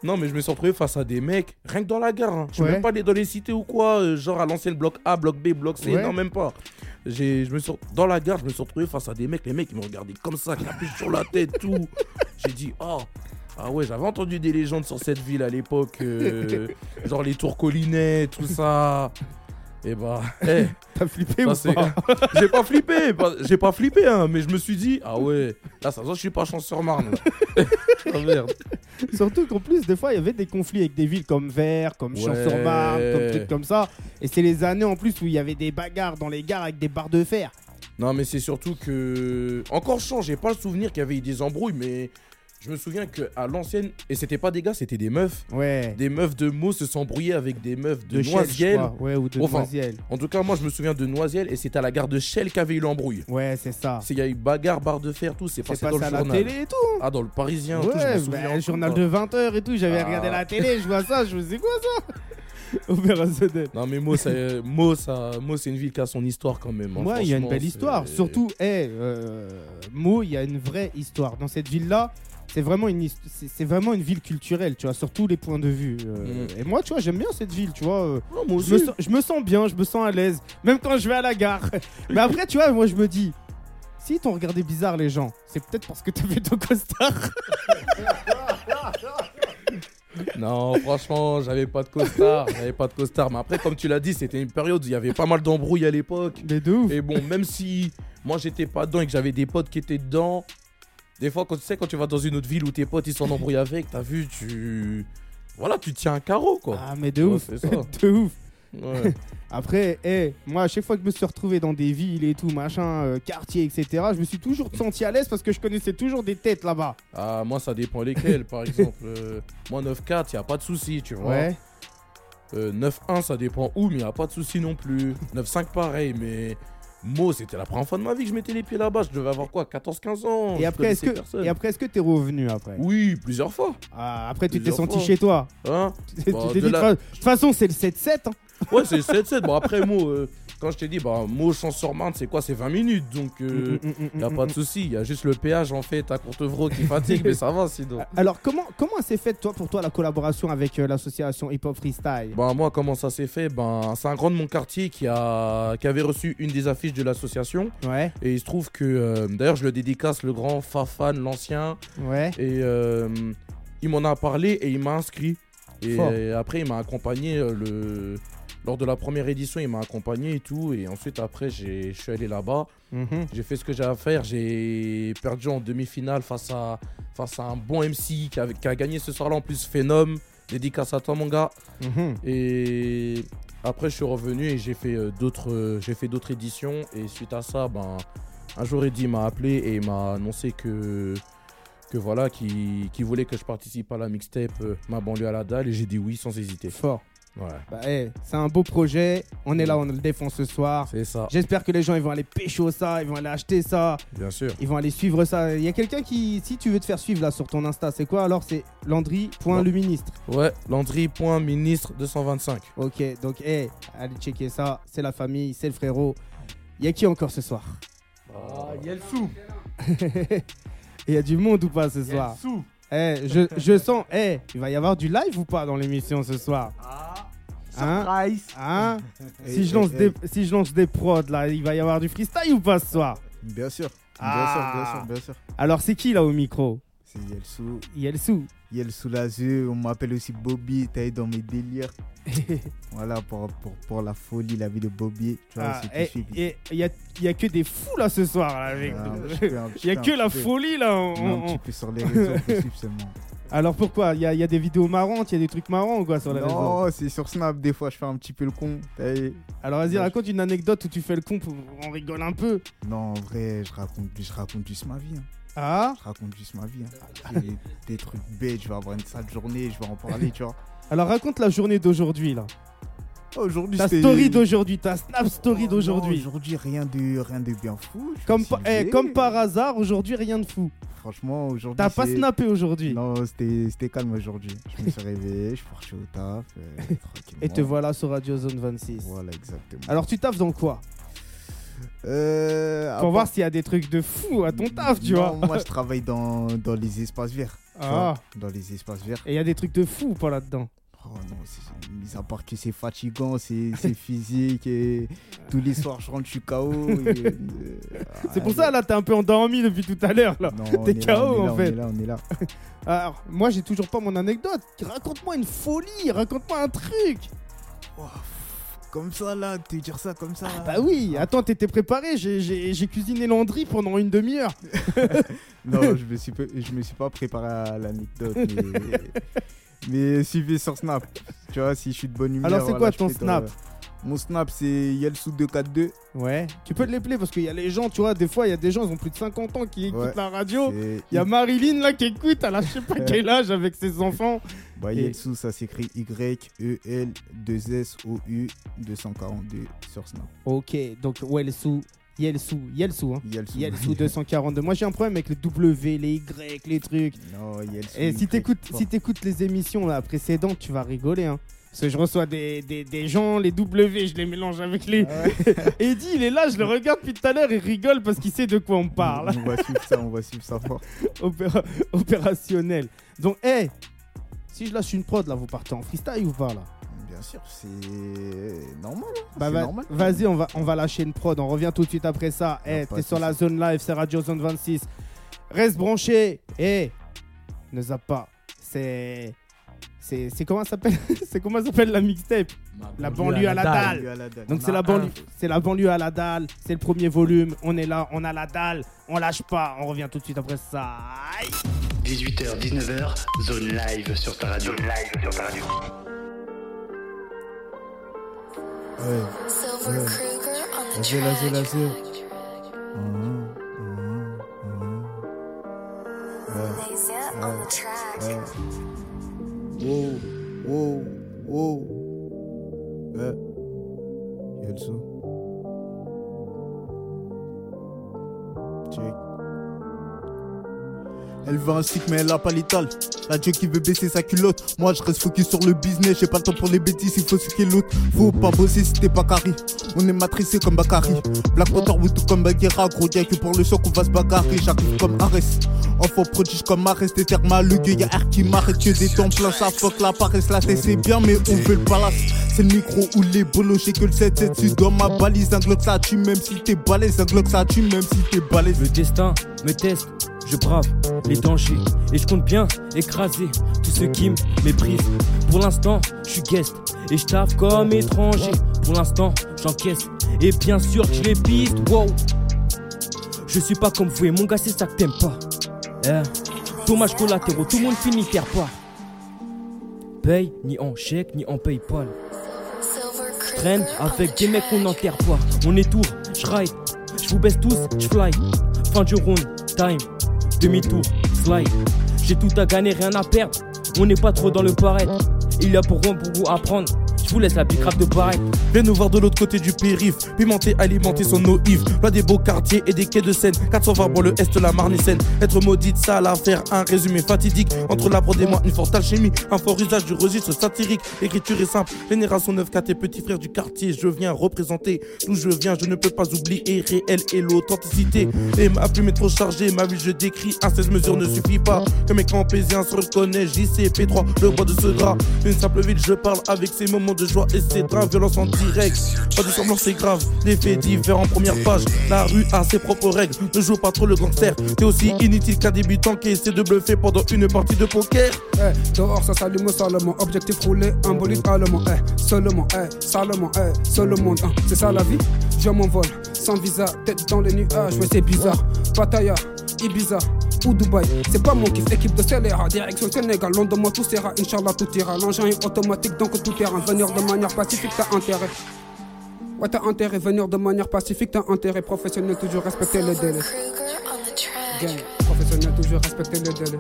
Non, mais je me suis retrouvé face à des mecs, rien que dans la gare. hein. Je suis Ouais. même pas allé dans les cités ou quoi, euh, genre à l'ancienne bloc A, bloc B, bloc C. Ouais. Non, même pas. J'ai- Je me suis, dans la gare, je me suis retrouvé face à des mecs. Les mecs, ils m'ont regardé comme ça, qui sur la tête, tout. J'ai dit, oh. Ah ouais, j'avais entendu des légendes sur cette ville à l'époque. euh, genre les tours collinets, tout ça. Et bah, eh, T'as flippé ça, ou c'est- pas j'ai pas flippé, pas- j'ai pas flippé, hein, mais je me suis dit, ah ouais, là ça se voit, je suis pas chance sur Marne. là. Ah, merde. Surtout qu'en plus, des fois, il y avait des conflits avec des villes comme Vers, comme Champs-sur-Marne, Ouais. comme trucs comme ça. Et c'est les années en plus où il y avait des bagarres dans les gares avec des barres de fer. Non, mais c'est surtout que. Encore chance, j'ai pas le souvenir qu'il y avait eu des embrouilles, mais je me souviens qu'à l'ancienne, et c'était pas des gars, c'était des meufs. Ouais. Des meufs de mots se s'embrouillaient avec des meufs de, De Chelles, je Noisiel. crois. Ouais, ou de Enfin. Noisiel. En tout cas, moi je me souviens de Noisiel, et c'était à la gare de Shell qu'avait eu l'embrouille. Ouais, c'est ça. C'est- Il y a eu bagarre, barre de fer, tout, c'est C'est passé, passé dans le à journal. la télé et tout. Ah, dans le Parisien, tout, je me Ouais, souviens bah, encore. le journal de 20h et tout. J'avais Ah. regardé la télé, je vois ça, je me dis, c'est quoi ça Opérationnel. Non mais Meaux, c'est Meaux, ça- Meaux, c'est une ville qui a son histoire quand même. hein. Moi, il y a une Franchement, belle c'est- histoire. Surtout, hey, euh, Meaux, il y a une vraie histoire. Dans cette ville-là, c'est vraiment, une hist- c'est c'est vraiment une ville culturelle, tu vois, sur tous les points de vue. euh. Mm. Et moi, tu vois, j'aime bien cette ville, tu vois. euh, Non, moi je, me aussi. sens, je me sens bien, je me sens à l'aise, même quand je vais à la gare. Mais après, tu vois, moi, je me dis, si t'ont regardé bizarre les gens, c'est peut-être parce que t'avais ton costard. Non, franchement, j'avais pas de costard, j'avais pas de costard. Mais après, comme tu l'as dit, c'était une période où il y avait pas mal d'embrouilles à l'époque. Mais de ouf. Et bon, même si moi j'étais pas dedans et que j'avais des potes qui étaient dedans, des fois, quand tu sais, quand tu vas dans une autre ville où tes potes ils sont en embrouille avec, t'as vu, tu, voilà, tu tiens un carreau quoi. Ah, mais de Ouais, ouf. c'est ça. de ouf. Ouais. Après, eh, moi, à chaque fois que je me suis retrouvé dans des villes et tout, machin, euh, quartier, etc., je me suis toujours senti à l'aise parce que je connaissais toujours des têtes là-bas. Ah, moi ça dépend lesquels. Par exemple, euh, moi 9-4, y a pas de souci, tu vois. Ouais. Euh, 9-1, ça dépend où, mais y a pas de souci non plus. 9-5, pareil, mais. Mo, c'était la première fois de ma vie que je mettais les pieds là-bas. Je devais avoir quoi 14-15 ans Et je après, est-ce connaissais que, personne. et après, est-ce que t'es revenu après Oui, plusieurs fois. Ah, Après, tu t'es Plusieurs senti fois. chez toi. Hein Tu t'es Bah, dit, de de toute la- fa- de toute façon, c'est le 7-7. hein. ouais, c'est 7-7. Bon, après, Mo, euh, quand je t'ai dit, bah, Mo, Champs-sur-Marne, c'est quoi C'est 20 minutes. Donc, euh, Mm, mm, mm, mm, y a mm, pas mm. de souci. Y a juste le péage, en fait, à Courtevraud qui fatigue, mais ça va sinon. Alors, comment, comment s'est faite, toi, pour toi, la collaboration avec euh, l'association Hip Hop Freestyle Ben, moi, comment ça s'est fait Ben, c'est un grand de mon quartier qui, a... qui avait reçu une des affiches de l'association. Ouais, Et il se trouve que, euh, d'ailleurs, je le dédicace, le grand Fafan, l'ancien. ouais. Et euh, il m'en a parlé et il m'a inscrit. Et Fort. euh, après, il m'a accompagné euh, le... lors de la première édition, il m'a accompagné et tout. Et ensuite, après, j'ai- je suis allé là-bas. Mhm. J'ai fait ce que j'avais à faire. J'ai perdu en demi-finale face à... face à un bon MC qui a, qui a gagné ce soir-là. En plus, Phenom. Dédicace à toi, mon gars. Mhm. Et après, je suis revenu et j'ai fait euh, d'autres, euh, j'ai fait d'autres éditions. Et suite à ça, ben, un jour, Eddy m'a appelé et il m'a annoncé que, que voilà, qu'il qu'il voulait que je participe à la mixtape euh, Ma banlieue à la dalle. Et j'ai dit oui sans hésiter. Fort. Ouais, Bah, eh, c'est un beau projet. On est là, on le défend ce soir. c'est ça, J'espère que les gens ils vont aller pécho ça, ils vont aller acheter ça, bien sûr. ils vont aller suivre ça. Il y a quelqu'un qui, si tu veux te faire suivre là sur ton Insta, c'est quoi alors C'est Landry.luministre. Ouais, Landry.ministre225. Ok, donc eh, allez checker ça. C'est la famille, c'est le frérot. Il y a qui encore ce soir Il y a le sou. Il y a du monde ou pas ce Il y a soir le sou. Eh, je, je sens, eh, il va y avoir du live ou pas dans l'émission ce soir Hein Ah, Surprise. Hein si, Eh, je lance eh, des, si je lance des prods là, il va y avoir du freestyle ou pas ce soir Bien sûr. Ah. Bien sûr, bien sûr, bien sûr. Alors c'est qui là au micro C'est Yelsou. Yelsou. Yelsou Lazeux, on m'appelle aussi Bobby, t'as eu dans mes délires. voilà, pour, pour, pour la folie, la vie de Bobby. Tu vois, Ah, c'est tout et suivi. il y a, y a que des fous là ce soir là, avec Ah, nous. un petit peu, un Il petit y a peu, un que la petit peu. folie là. on- Non, on- un petit peu sur les réseaux, on peut suivre seulement. Alors pourquoi Il y, a- y a des vidéos marrantes, il y a des trucs marrants ou quoi sur les réseaux Non, c'est sur Snap, des fois je fais un petit peu le con. t'as eu. Alors vas-y, raconte une anecdote où tu fais le con, pour- on rigole un peu. Non, en vrai, je raconte, je raconte juste ma vie. hein. Ah Je raconte juste ma vie. hein. J'ai des trucs bêtes, je vais avoir une sale journée, je vais en parler, tu vois. Alors raconte la journée d'aujourd'hui là. Aujourd'hui, Ta c'était- story d'aujourd'hui, ta snap story d'aujourd'hui. Non, Aujourd'hui, rien de, rien de bien fou. Comme, pa- eh, comme par hasard, aujourd'hui rien de fou. Franchement, aujourd'hui. T'as pas c'est- snappé aujourd'hui Non, c'était c'était calme aujourd'hui. Je me suis réveillé, je suis parti au taf. euh, tranquillement. Et te voilà sur Radio Zone 26. Voilà, exactement. Alors tu taffes dans quoi Euh, à Faut voir part- s'il y a des trucs de fou à ton taf, tu Non, vois. Moi, je travaille dans, dans les espaces verts. tu Ah. vois, Dans les espaces verts. Et il y a des trucs de fou ou pas là-dedans Oh non, c'est- mis à part que c'est fatigant, c'est c'est physique et tous les soirs je rentre, je suis KO. et, euh, C'est pour ouais, ça là, t'es un peu endormi depuis tout à l'heure là. T'es on est là, KO on est là, en on fait. est là, on est là. Alors, moi j'ai toujours pas mon anecdote. Raconte-moi une folie, raconte-moi un truc. Comme ça là, te dire ça comme ça. Bah oui, attends, t'étais préparé, j'ai- j'ai j'ai cuisiné Landry pendant une demi-heure. Non, je me suis pas, je me suis pas préparé à l'anecdote. Mais, mais suivez sur Snap. Tu vois, si je suis de bonne humeur. Alors, c'est quoi je ton fais dans- Snap Mon Snap, c'est Yelsou 242. Ouais. Tu peux te les plaire parce qu'il y a les gens, tu vois, des fois il y a des gens, ils ont plus de 50 ans qui écoutent Ouais. la radio. C'est- Il y a Marilyn là qui écoute, elle a je sais pas quel âge avec ses enfants. Bah, Et- Yelsou, ça s'écrit E Y-E-L-2-S-O-U 242 sur Snap. Ok, donc Welsu, Yelsu, Yelsu, hein. Yelsu. Yelsu 242. Moi j'ai un problème avec les W, les Y, les trucs. Non, Yelsu. Et si Y, t'écoutes pas. si t'écoutes les émissions là, précédentes, tu vas rigoler. Hein. Parce que je reçois des, des, des gens, les W, je les mélange avec les. Ah Eddie, il est là, je le regarde depuis tout à l'heure, il rigole parce qu'il sait de quoi on parle. On va suivre ça, on va suivre ça fort. Opéra- opérationnel. Donc, hé, si je lâche une prod là, vous partez en freestyle ou pas là Bien sûr, c'est normal. hein, Bah, c'est va- normal. vas-y, on va, on va lâcher une prod. On revient tout de suite après ça. Eh, pas t'es de sur la zone live, c'est Radio Zone 26. Reste branché. Eh, ne zappe pas. C'est. C'est c'est comment ça s'appelle C'est comment ça s'appelle la mixtape La banlieue à la dalle. Donc On c'est a la banlieue, un. c'est la banlieue à la dalle. C'est le premier volume. On est là, on a la dalle. On lâche pas. On revient tout de suite après ça. 18h, 19h, zone live sur ta radio. live sur ta radio. Ouais. ouais. Vas-y, vas-y, vas-y. Mhm, mhm, mhm. Ouais. Ouais. Wow, wow, wow. Ouais. Yelso. Check. Elle veut un cycle mais elle a pas l'étale. La Dieu qui veut baisser sa culotte. Moi je reste focus sur le business, j'ai pas le temps pour les bêtises, il faut ce l'autre. Faut pas bosser si t'es Bakari. On est matricé comme Bakari. Black Panther ou tout comme Bagheera, gros y'a que pour le choc on va se bagarrer. J'arrive comme Arès. Enfant prodige comme Arès, t'es termes le gueux, y'a air qui m'arrête que des temps pleins. Ça fuck la paresse, la tête c'est bien, mais on veut le palace. C'est le micro ou les bolos, j'ai que le 776 dans ma balise. Un glock ça tue, même si t'es balèze. Un glock ça tue, même si t'es balèze. Le destin me teste, je brave les dangers et je compte bien écraser tous ceux qui me méprisent. Pour l'instant, je suis guest et je taffe comme étranger. Pour l'instant, j'encaisse et bien sûr que je les piste. Wow, je suis pas comme vous et mon gars, c'est ça que t'aimes pas. Eh. Dommage collatéraux, tout le monde finit terre pas. Paye ni en chèque ni en PayPal. Traîne avec des mecs qu'on enterre pas. On est tour, je ride, je vous baisse tous, je fly. Fin du round, time, demi-tour, slide. J'ai tout à gagner, rien à perdre. On n'est pas trop dans le paraître. Il y a pour vous, pour vous apprendre. Je vous laisse la bicrape de paraître. Viens nous voir de l'autre côté du périph. Pimenter, alimenter son eau ivre. Loin des beaux quartiers et des quais de Seine. 420 pour le Est, la Marne et Seine. Être maudite, sale affaire. Un résumé fatidique. Entre la prod et moi, une forte alchimie. Un fort usage du registre satirique. Écriture est simple. Génération 9-4 et petits frères du quartier. Je viens représenter d'où je viens. Je ne peux pas oublier réel et l'authenticité. Et ma plume est trop chargée. Ma ville, je décris. À 16 mesures ne suffit pas. Que mes campésiens se reconnaissent. JCP3, le roi de ce drap. Une simple ville, je parle avec ses moments de joie et ses drames. Violence en direct. Pas de semblant, c'est grave. Des faits divers en première page. La rue a ses propres règles. Ne joue pas trop le gangster. T'es aussi inutile qu'un débutant qui essaie de bluffer pendant une partie de poker. Eh, dehors ça s'allume salement, objectif roulé, un bolide allemand, eh, seulement, eh, salement, eh, seul le monde, hein. c'est ça la vie, je m'envole, sans visa, tête dans les nuages, ouais c'est bizarre, Pattaya, Ibiza, ou Dubaï, c'est pas mon kiff, équipe de Scélérat, direction Sénégal, Londres, moi tout sera, Inch'Allah tout ira, l'engin est automatique donc tout terrain, venir de manière pacifique t'as intérêt. Ouais, t'as intérêt, venir de manière pacifique, t'as intérêt professionnel, toujours respecter les délais. Gang, professionnel, Ah, toujours respecter les délais.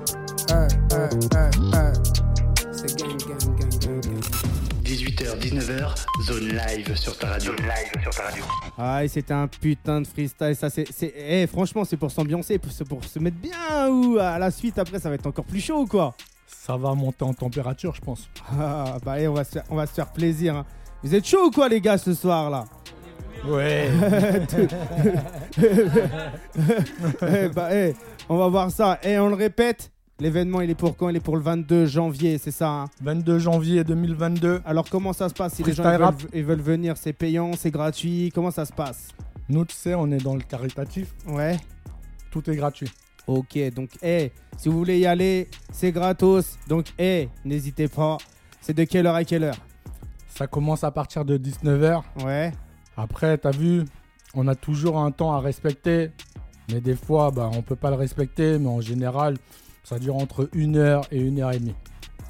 Eh, eh, eh, eh. C'est gang, gang, gang, gang, gang. 18h, 19h, zone live sur ta radio. live sur ta radio. Ah, et c'était un putain de freestyle. Ça, c'est, c'est- eh, franchement, c'est pour s'ambiancer, pour, se- pour se mettre bien ou à la suite. Après, ça va être encore plus chaud ou quoi Ça va monter en température, je pense. Ah, bah allez, on va se faire, on va se faire plaisir. hein. Vous êtes chaud ou quoi, les gars, ce soir là Ouais. Eh, bah, eh, on va voir ça. Et on le répète. L'événement, il est pour quand Il est pour le 22 janvier, c'est ça hein? 22 janvier 2022. Alors comment ça se passe Si les gens ils veulent, Freestyle rap. ils veulent venir, c'est payant, c'est gratuit. Comment ça se passe Nous, tu sais, on est dans le caritatif. Ouais. Tout est gratuit. Ok, donc, eh, si vous voulez y aller, c'est gratos. Donc, eh, n'hésitez pas. C'est de quelle heure à quelle heure Ça commence à partir de 19h. Ouais. Après, t'as vu, on a toujours un temps à respecter. Mais des fois, bah, on peut pas le respecter. Mais en général, ça dure entre 1h et 1h30.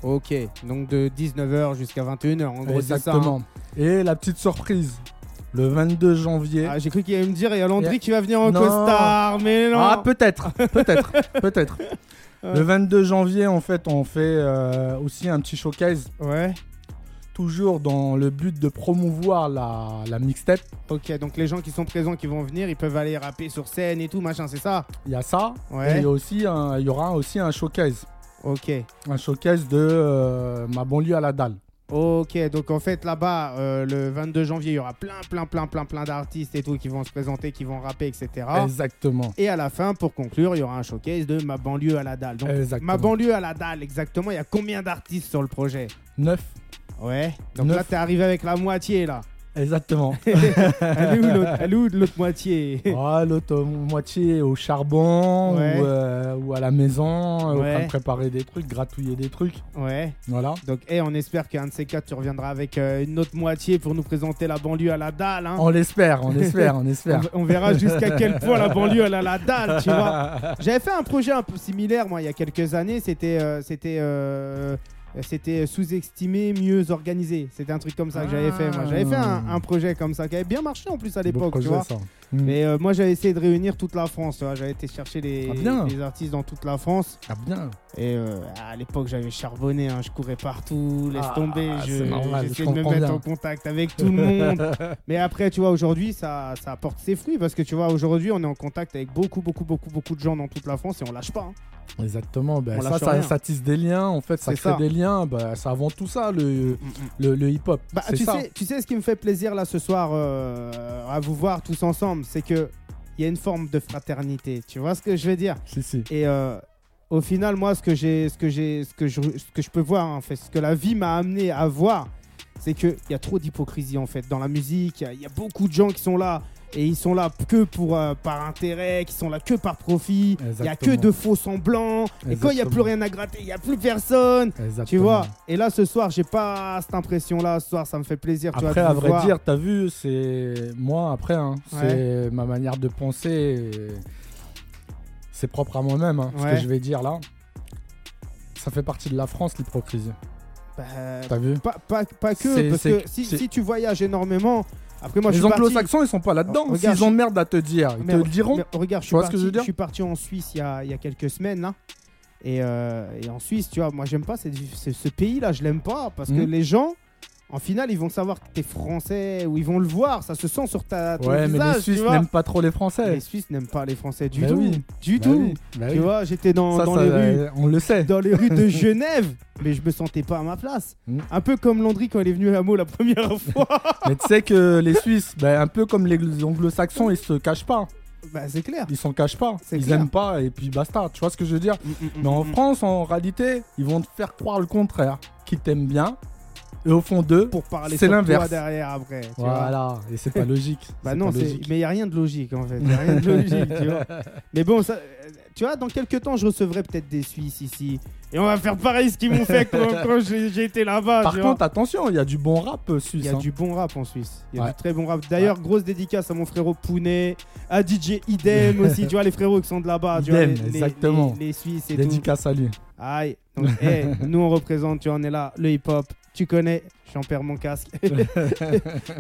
Ok, donc de 19h jusqu'à 21h, en gros, c'est ça. hein? Exactement. Et la petite surprise, le 22 janvier. Ah, j'ai cru qu'il allait me dire, il y a Landry Et- qui va venir en Non. costard, mais non Ah, peut-être, peut-être, peut-être. Le 22 janvier, en fait, on fait euh, aussi un petit showcase. Ouais. Toujours dans le but de promouvoir Ah, la, la mixtape. Ok, donc les gens qui sont présents, qui vont venir, ils peuvent aller rapper sur scène et tout, machin, c'est ça Il y a ça. Ouais. Et euh, il y, a aussi un- il y aura aussi un showcase. Ok. Un showcase de euh, ma banlieue à la dalle. Ok, donc en fait là-bas, euh, le 22 janvier, il y aura plein, plein, plein, plein, plein d'artistes et tout qui vont se présenter, qui vont rapper, etc. Exactement. Et à la fin, pour conclure, il y aura un showcase de Ma banlieue à la dalle. Donc, Exactement. Ma banlieue à la dalle, exactement. Il y a combien d'artistes sur le projet Neuf. Ouais. Donc Neuf. là, t'es arrivé avec la moitié là. Exactement. Elle est où l'autre- elle est où l'autre moitié Ah, l'autre euh, moitié au charbon Ouais. ou, euh, ou à la maison, euh, en Ouais. train de préparer des trucs, gratouiller des trucs. Ouais. Voilà. Donc, eh, on espère qu'un de ces quatre, tu reviendras avec euh, une autre moitié pour nous présenter la banlieue à la dalle. hein. On l'espère, on l'espère, on espère. on, on verra jusqu'à quel point la banlieue, elle a la dalle, tu vois. J'avais fait un projet un peu similaire, moi, il y a quelques années. C'était. euh, c'était euh, c'était sous-estimé, mieux organisé. C'était un truc comme ça que j'avais fait. Moi, j'avais fait un, un projet comme ça qui avait bien marché en plus à l'époque, tu projet, vois. ça. Mais euh, moi, j'avais essayé de réunir toute la France. tu vois. J'avais été chercher les, Ah, bien. les artistes dans toute la France. Ah bien. Et euh, à l'époque, j'avais charbonné, hein, je courais partout, laisse Ah, tomber, je- c'est normal, j'essayais je de me comprends mettre bien. en contact avec tout le monde. Mais après, tu vois, aujourd'hui, ça, ça apporte ses fruits parce que tu vois, aujourd'hui, on est en contact avec beaucoup, beaucoup, beaucoup, beaucoup de gens dans toute la France et on lâche pas. hein. Exactement, ben, On ça, lâche ça, rien. ça tisse des liens, en fait, ça C'est crée ça. Mm, des liens, ben, c'est avant tout ça, le, le, le hip-hop. Bah, c'est tu, ça. sais, tu sais ce qui me fait plaisir là ce soir euh, à vous voir tous ensemble, c'est que il y a une forme de fraternité. Tu vois ce que je veux dire Si, si. Et euh, au final, moi, ce que j'ai, ce que j'ai, ce que je, ce que je peux voir, en fait, ce que la vie m'a amené à voir, c'est que il y a trop d'hypocrisie en fait dans la musique. Il y a- il y, a beaucoup de gens qui sont là et ils sont là que pour euh, par intérêt, qui sont là que par profit. Il y a que Exactement. de faux semblants. Et quand il y a Exactement. plus rien à gratter, il y a plus personne. Tu Exactement. vois. Et là, ce soir, j'ai pas cette impression là. Ce soir, ça me fait plaisir. tu vois, Après, de à vous vrai voir. dire, t'as vu, c'est moi, après, hein, Ouais. c'est ma manière de penser, et c'est propre à moi-même, hein, ce Ouais. que je vais dire là. Ça fait partie de la France, l'hypocrisie. Bah, T'as vu pas, pas- pas que C'est- parce c'est- que si, c'est- si tu voyages énormément. Après, moi, je Les suis parti- Oh, anglo-saxons, ils sont pas là-dedans. Regarde, je S'ils suis- emmerdent à te dire, ils te le re- diront. mais regarde, je tu suis, vois parti, ce que je veux dire je suis parti en Suisse il y a, il y a quelques semaines. là. Et, euh, et en Suisse, tu vois, moi, j'aime pas cette- ce, ce pays-là. Je l'aime pas parce que Mhm. les gens, en finale, ils vont savoir que t'es français ou ils vont le voir. Ça se sent sur ta ton Ouais, mais visage, les tu Suisses vois. n'aiment pas trop les Français. Les Suisses n'aiment pas les Français du Bah tout. oui. Du Bah tout. oui. Bah tu oui. vois, j'étais dans, Ça, dans ça, les rues euh, On le sait. dans les rues de Genève, mais je me sentais pas à ma place. Mm. Un peu comme Landry quand il est venu à Hameau la première fois. Mais tu sais que les Suisses, ben, un peu comme les anglo-saxons, ils se cachent pas. bah, c'est clair. Ils s'en cachent pas. C'est Ils clair. Mm, aiment pas et puis basta. Tu vois ce que je veux dire Mais en France, en réalité, ils vont te faire croire le contraire. Qu'ils t'aiment bien. Et au fond d'eux, Pour parler c'est sur toi l'inverse. derrière après. tu vois. Voilà. Et c'est pas logique. Bah C'est non, pas c'est- logique. mais il n'y a rien de logique en fait. Y a rien de logique, tu vois. Mais bon, ça, euh, tu vois, dans quelques temps, je recevrai peut-être des Suisses ici. Et on va faire pareil ce qu'ils m'ont fait quand, quand j'ai j'ai été là-bas. Par tu contre, vois. attention, il y a du bon rap euh, il suisse. y a hein. du bon rap en Suisse. Il y a Ouais. du très bon rap. D'ailleurs, grosse dédicace à mon frérot Pounet, à DJ Idem aussi. tu vois, les frérots qui sont de là-bas. tu vois, Idem, les- les- exactement. les- les Suisses et tout. Dédicace à lui. Aïe. Donc, hey, nous, on représente, tu en es là, le hip-hop. Tu connais, j'en perds mon casque.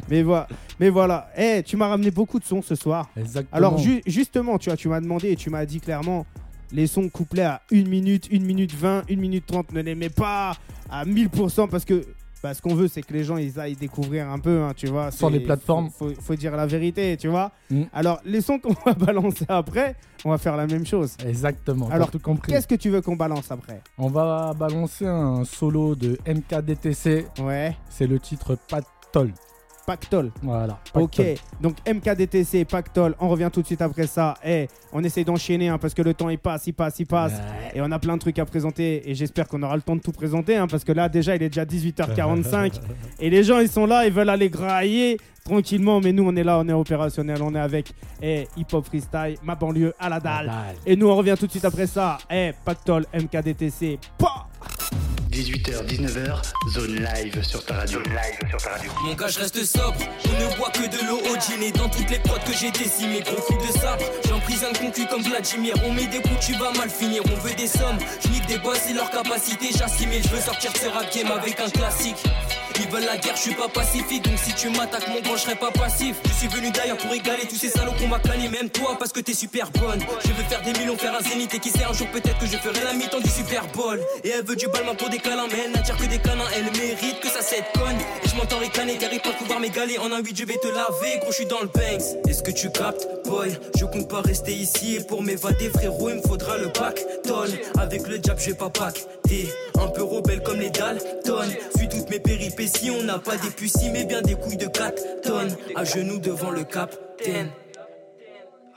mais, voilà. mais voilà. Hey, tu m'as ramené beaucoup de sons ce soir. Exactement. Alors, ju- justement, tu, vois, tu m'as demandé et tu m'as dit clairement les sons couplés à 1 minute, 1 minute 20, 1 minute 30, ne les mets pas à 1000% parce que bah, ce qu'on veut, c'est que les gens ils aillent découvrir un peu, hein, tu vois. Sur c'est- les plateformes. Faut, faut dire la vérité, tu vois. Mm. Alors, les sons qu'on va balancer après, on va faire la même chose. Exactement. t'as Alors, tout compris. qu'est-ce que tu veux qu'on balance après On va balancer un solo de MKDTC. Ouais. C'est le titre Patol. Pactol. Voilà. Ok, Pactol. donc MKDTC, Pactol, on revient tout de suite après ça. Eh, on essaie d'enchaîner hein, parce que le temps il passe, il passe, il passe. Et on a plein de trucs à présenter et j'espère qu'on aura le temps de tout présenter hein, parce que là déjà il est déjà 18h45 et les gens ils sont là, ils veulent aller grailler tranquillement mais nous on est là, on est opérationnel, on est avec eh, Hip Hop Freestyle, ma banlieue à la dalle. Et nous on revient tout de suite après ça. Eh, Pactol, MKDTC, 18h, 19h, zone live sur ta radio. live sur ta radio. Mon gars, je reste sobre. On ne boit que de l'eau au gin. Et dans toutes les prods que j'ai décimées, gros coup de sabre. J'emprisonne ton cul comme Vladimir. On met des coups, tu vas mal finir. On veut des sommes. Je nique des boss et leur capacité. J'assimile, je veux sortir de ce rap game avec un classique. Ils veulent la guerre, je suis pas pacifique. Donc si tu m'attaques, mon grand, je serai pas passif. Je suis venu d'ailleurs pour égaler tous ces salauds qu'on m'a calé. Même toi, parce que t'es super bonne. Je veux faire des millions, faire un zénith. Et qui sait, un jour peut-être que je ferai la mi-temps du Super Bowl. Et elle veut du balma pour des câlins, mais elle n'attire que des canins. Elle mérite que ça cette conne. Et je m'entends ricaner, car ils pensent pouvoir m'égaler. En un 8, je vais te laver, gros, je suis dans le banks. Est-ce que tu captes, boy Je compte pas rester ici. Et pour m'évader, frérot, il me faudra le bac. Toll, avec le jab, je vais pas pack. T'es un peu rebelle comme les Dalton. Suis toutes mes péripéties, on n'a pas des pucies, mais bien des couilles de 4 tonnes. À genoux devant le capitaine.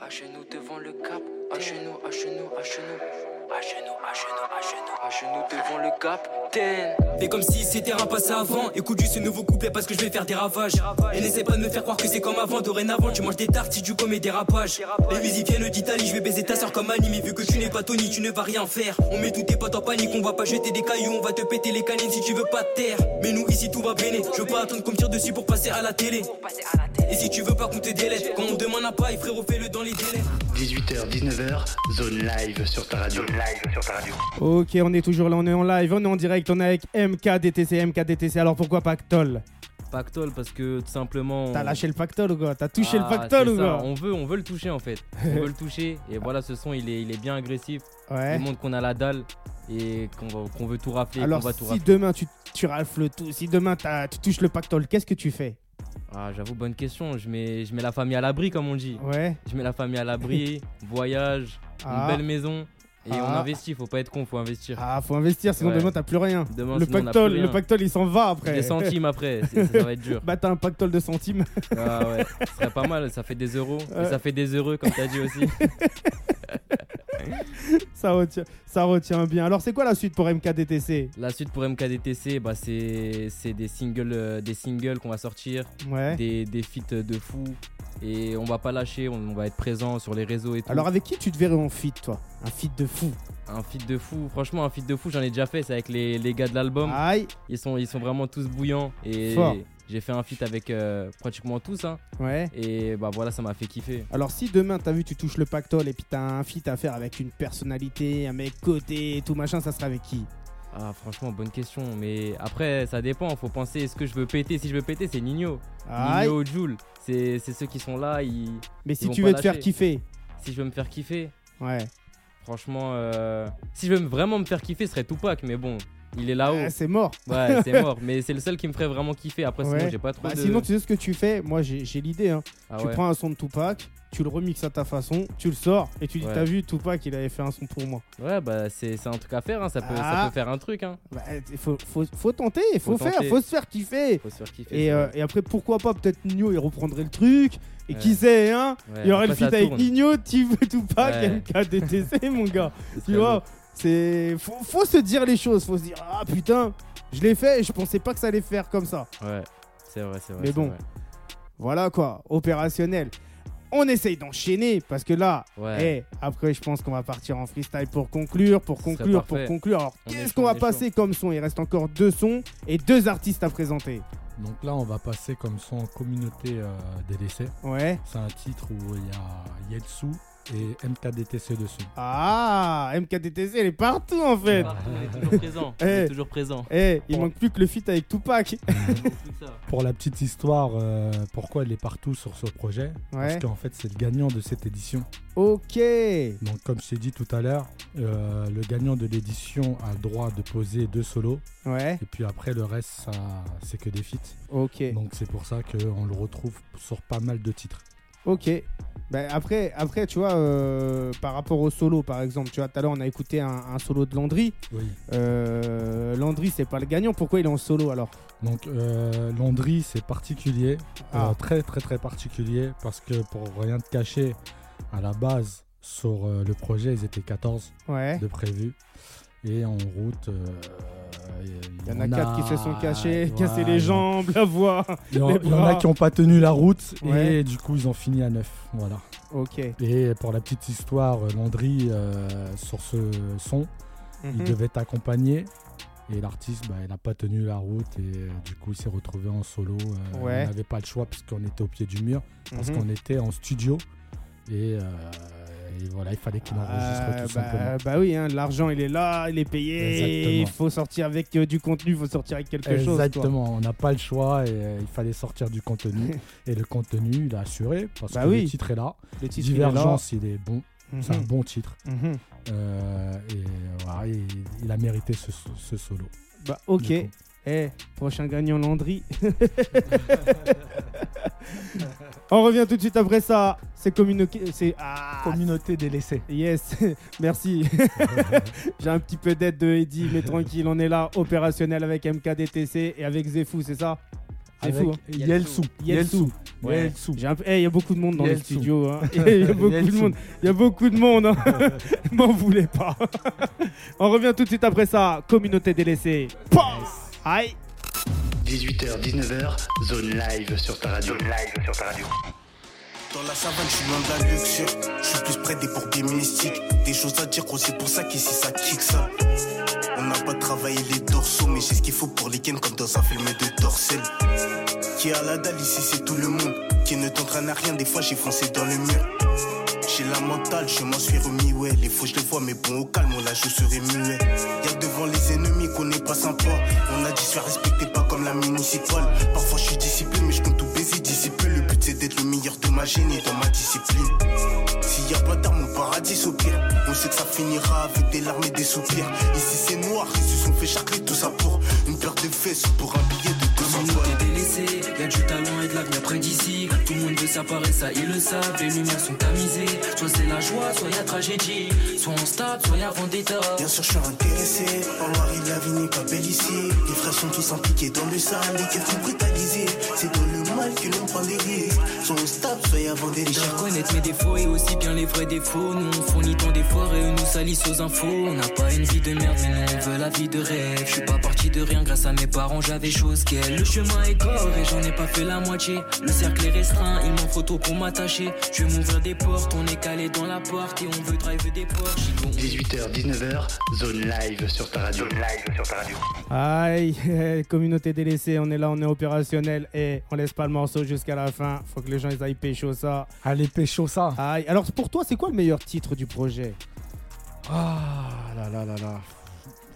À genoux devant le cap, à genoux, à genoux, à genoux. À genoux, à genoux, à genoux. À genoux devant le cap. Fais comme si c'était rapassé avant. Écoute juste ce nouveau couplet parce que je vais faire des ravages. Et n'essaie pas de me faire croire que c'est comme avant. Dorénavant, tu manges des tartes si tu commets des rapages. Les musiques viennent d'Italie, je vais baiser ta soeur comme Annie. Mais vu que tu n'es pas Tony, tu ne vas rien faire. On met tous tes potes en panique, on va pas jeter des cailloux, on va te péter les canines si tu veux pas de terre. Mais nous ici tout va béné, je veux pas attendre qu'on me tire dessus pour passer à la télé. Et si tu veux pas qu'on te délète, quand on demande un paille, frérot, fais-le dans les délais. 18h, 19h, zone live sur ta radio. live sur ta radio. Ok, on est toujours là, on est en live, on est en direct, on est avec MKDTC, MKDTC. Alors pourquoi Pactol Pactol parce que tout simplement. T'as on- lâché le pactole ou quoi T'as touché Ah, le pactole c'est ou ça, quoi on veut, on veut le toucher en fait. On veut le toucher. Et voilà, ce son, il est, il est bien agressif. Ouais. Il montre qu'on a la dalle et qu'on va- qu'on veut tout rafler. Alors qu'on va tout si rafler. demain tu, tu rafles tout, si demain t'as- tu touches le pactole, qu'est-ce que tu fais Ah, j'avoue, bonne question. Je mets, je mets la famille à l'abri, comme on dit. Ouais. Je mets la famille à l'abri, voyage, Ah. une belle maison. Et on Ah. investit, faut pas être con, faut investir. Ah, faut investir, sinon Ouais. demain t'as plus rien. Demain, le sinon, on a pactole, plus le rien. pactole il s'en va après. Des centimes après, c'est- ça va être dur. bah t'as un pactole de centimes. Ah ouais, ce serait pas mal, ça fait des euros. et Ouais. ça fait des heureux, comme t'as dit aussi. ça retient, ça retient bien. Alors c'est quoi la suite pour MKDTC La suite pour MKDTC, bah, c'est c'est des singles, euh, des singles qu'on va sortir, Ouais. des, des feats de fou. Et on va pas lâcher, on, on va être présent sur les réseaux et tout. Alors avec qui tu te verrais en feat toi Un feat de fou. Un feat de fou, franchement un feat de fou, j'en ai déjà fait, c'est avec les, les gars de l'album. Aïe. Ils sont, ils sont vraiment tous bouillants et Fort. j'ai fait un feat avec euh, pratiquement tous. Hein. Ouais. Et bah voilà, ça m'a fait kiffer. Alors si demain t'as vu tu touches le pactole et puis t'as un feat à faire avec une personnalité, un mec coté et tout machin, ça sera avec qui Ah franchement bonne question, mais après ça dépend, faut penser est-ce que je veux péter, si je veux péter c'est Nino. Aïe. Nino Joule, c'est c'est ceux qui sont là, ils... Mais ils si vont tu pas veux te faire lâcher. kiffer. Si je veux me faire kiffer, Ouais. franchement, euh, si je veux vraiment me faire kiffer ce serait Tupac, mais bon, il est là-haut. Ouais, Ah, c'est mort. Ouais c'est mort, mais c'est le seul qui me ferait vraiment kiffer, après sinon Ouais. j'ai pas trop Bah, de... Sinon, tu sais ce que tu fais Moi, j'ai j'ai l'idée. hein. Ah tu ouais. prends un son de Tupac, tu le remixes à ta façon, tu le sors et tu dis Ouais. T'as vu, Tupac, il avait fait un son pour moi. Ouais, bah c'est c'est un truc à faire, hein. ça, peut, Ah. ça peut faire un truc. Hein. Bah, il faut, faut, faut tenter, il faut, Faut faire, tenter. faut se faire kiffer. Faut se faire kiffer. Et, c'est euh, vrai. et après, pourquoi pas Peut-être Nino, il reprendrait le truc. Et Ouais. qui sait, hein Ouais, Il y aurait le après, ça feat avec tourne. Nino, tu Tupac, Ouais. MKDTC, mon gars. serait tu vois c'est faut, faut se dire les choses, faut se dire Ah putain, je l'ai fait et je pensais pas que ça allait faire comme ça. Ouais, c'est vrai, c'est vrai. Mais c'est bon, vrai. voilà quoi, opérationnel. On essaye d'enchaîner parce que là, Ouais. eh, après je pense qu'on va partir en freestyle pour conclure, pour serait conclure, pour parfait. conclure. Alors On est qu'est-ce chaud, qu'on on va est passer comme son Il reste encore deux sons et deux artistes à présenter. Donc là, on va passer comme son communauté euh, délaissée. Ouais. C'est un titre où il y a Yetsu et MKDTC dessus. Ah, MKTTC, elle est partout en fait. Ah, Il est toujours présent. Il est toujours présent. Eh, il manque plus que le feat avec Tupac. Pour la petite histoire, euh, pourquoi il est partout sur ce projet Parce Ouais. qu'en fait, c'est le gagnant de cette édition. Ok. Donc, comme je t'ai dit tout à l'heure, euh, le gagnant de l'édition a le droit de poser deux solos. Ouais. Et puis après, le reste, ça, c'est que des feats. Ok. Donc, c'est pour ça qu'on le retrouve sur pas mal de titres. Ok. Ben, après, après, tu vois, euh, par rapport au solo, par exemple, tu vois, tout à l'heure, on a écouté un, un solo de Landry. Oui. Euh, Landry, c'est pas le gagnant. Pourquoi il est en solo alors Donc euh, Landry, c'est particulier, Ah. Euh, très très très particulier, parce que pour rien te cacher, à la base, sur euh, le projet, ils étaient 14 Ouais. de prévus. Et en route, euh, Il y en on a quatre qui se sont cachés, cassé les jambes, la voix. Il y en, les il y en a bras. qui n'ont pas tenu la route Ouais. et du coup ils ont fini à 9. Voilà. Ok. Et pour la petite histoire, euh, Landry, euh, sur ce son, il Mhm. devait t'accompagner et l'artiste, bah, il n'a pas tenu la route et euh, du coup il s'est retrouvé en solo. Euh, Ouais. On n'avait pas le choix puisqu'on était au pied du mur, parce Mhm. qu'on était en studio et, euh, et voilà, il fallait qu'il enregistre Euh, tout bah, simplement. bah oui, hein, l'argent il est là, il est payé, Exactement. il faut sortir avec euh, du contenu, il faut sortir avec quelque chose. quoi. Exactement, on n'a pas le choix et euh, il fallait sortir du contenu. et le contenu, il a assuré parce Bah que oui. le titre est là. Le titre, il est là. Divergence, il est, bon. C'est un Mhm. bon titre. Mhm. Euh, et voilà, il, il a mérité ce, ce solo. Bah ok. Eh, prochain gagnant Landry. On revient tout de suite après ça. C'est communauté. C'est ah, communauté délaissée. Yes, merci. J'ai un petit peu d'aide de Eddy, mais tranquille, on est là, opérationnel avec MKDTC et avec Zefou, c'est ça Avec Zefou. Yeltsu. Yelsu. Yeltsu. Ouais. Yeltsu. J'ai un peu- Eh, il y a beaucoup de monde dans Yeltsu. les studios. hein. Il y a beaucoup de Yeltsu. monde. Il y a beaucoup de monde. hein. M'en voulez pas. on revient tout de suite après ça. Communauté délaissée. Pouah Aïe. 18h, 19h, zone live sur ta radio. live sur ta radio. Dans la savane, je suis loin de la luxure. Je suis plus près des bourbiers mystiques. Des choses à dire, gros, c'est pour ça qu'ici ça kick ça. On n'a pas travaillé les dorsaux, mais j'ai ce qu'il faut pour les ken comme dans un film de dorsel. Qui a la dalle ici, c'est tout le monde. Qui ne t'entraîne à rien, des fois j'ai foncé dans le mur. J'ai la mentale, je m'en suis remis, ouais. Les faux, je les vois, mais bon, au calme, on la joue serait muet. Y'a que devant les ennemis qu'on n'est pas sympa. On a dit se faire respecter, pas comme la municipale. Parfois, je suis discipliné, mais je compte tout baiser, disciple. Le but, c'est d'être le meilleur de ma gêne et dans ma discipline. S'il y a pas d'armes, au paradis, au pire. On sait que ça finira avec des larmes et des soupirs. Ici, c'est noir, ils se sont fait charcler, tout ça pour une paire de fesses ou pour un billet de 200 balles. délaissé, y a du talent et de l'avenir près d'ici. Tout le monde veut s'apparaître, ça ils le savent, les lumières sont tamisées. Soit c'est la joie, soit y a tragédie. Soit on se tape, soit y a vendetta. Bien sûr, je suis intéressé par Noir et la vie n'est pas belle ici. Les frères sont tous impliqués dans le sale, les cœurs sont brutalisés. C'est dans le mal que l'on prend des risques. Soit on stable, soit avant des Et j'ai reconnaître mes défauts et aussi bien les vrais défauts. Nous on fournit tant d'efforts et eux nous salissent aux infos. On n'a pas une vie de merde, mais nous on veut la vie de rêve. Je suis pas parti de rien, grâce à mes parents j'avais chose qu'elle. Le chemin est gore et j'en ai pas fait la moitié. Le cercle est restreint, il m'en faut trop pour m'attacher. Je vais m'ouvrir des portes, on est calé dans la porte et on veut driver des portes. 18h, 19h, zone live sur ta radio. live sur ta radio. Aïe, eh, communauté délaissée, on est là, on est opérationnel et on laisse pas le morceau jusqu'à la fin. Faut que les gens ils aillent pécho ça. Allez pécho ça. Aïe, alors pour toi, c'est quoi le meilleur titre du projet Ah là là là là.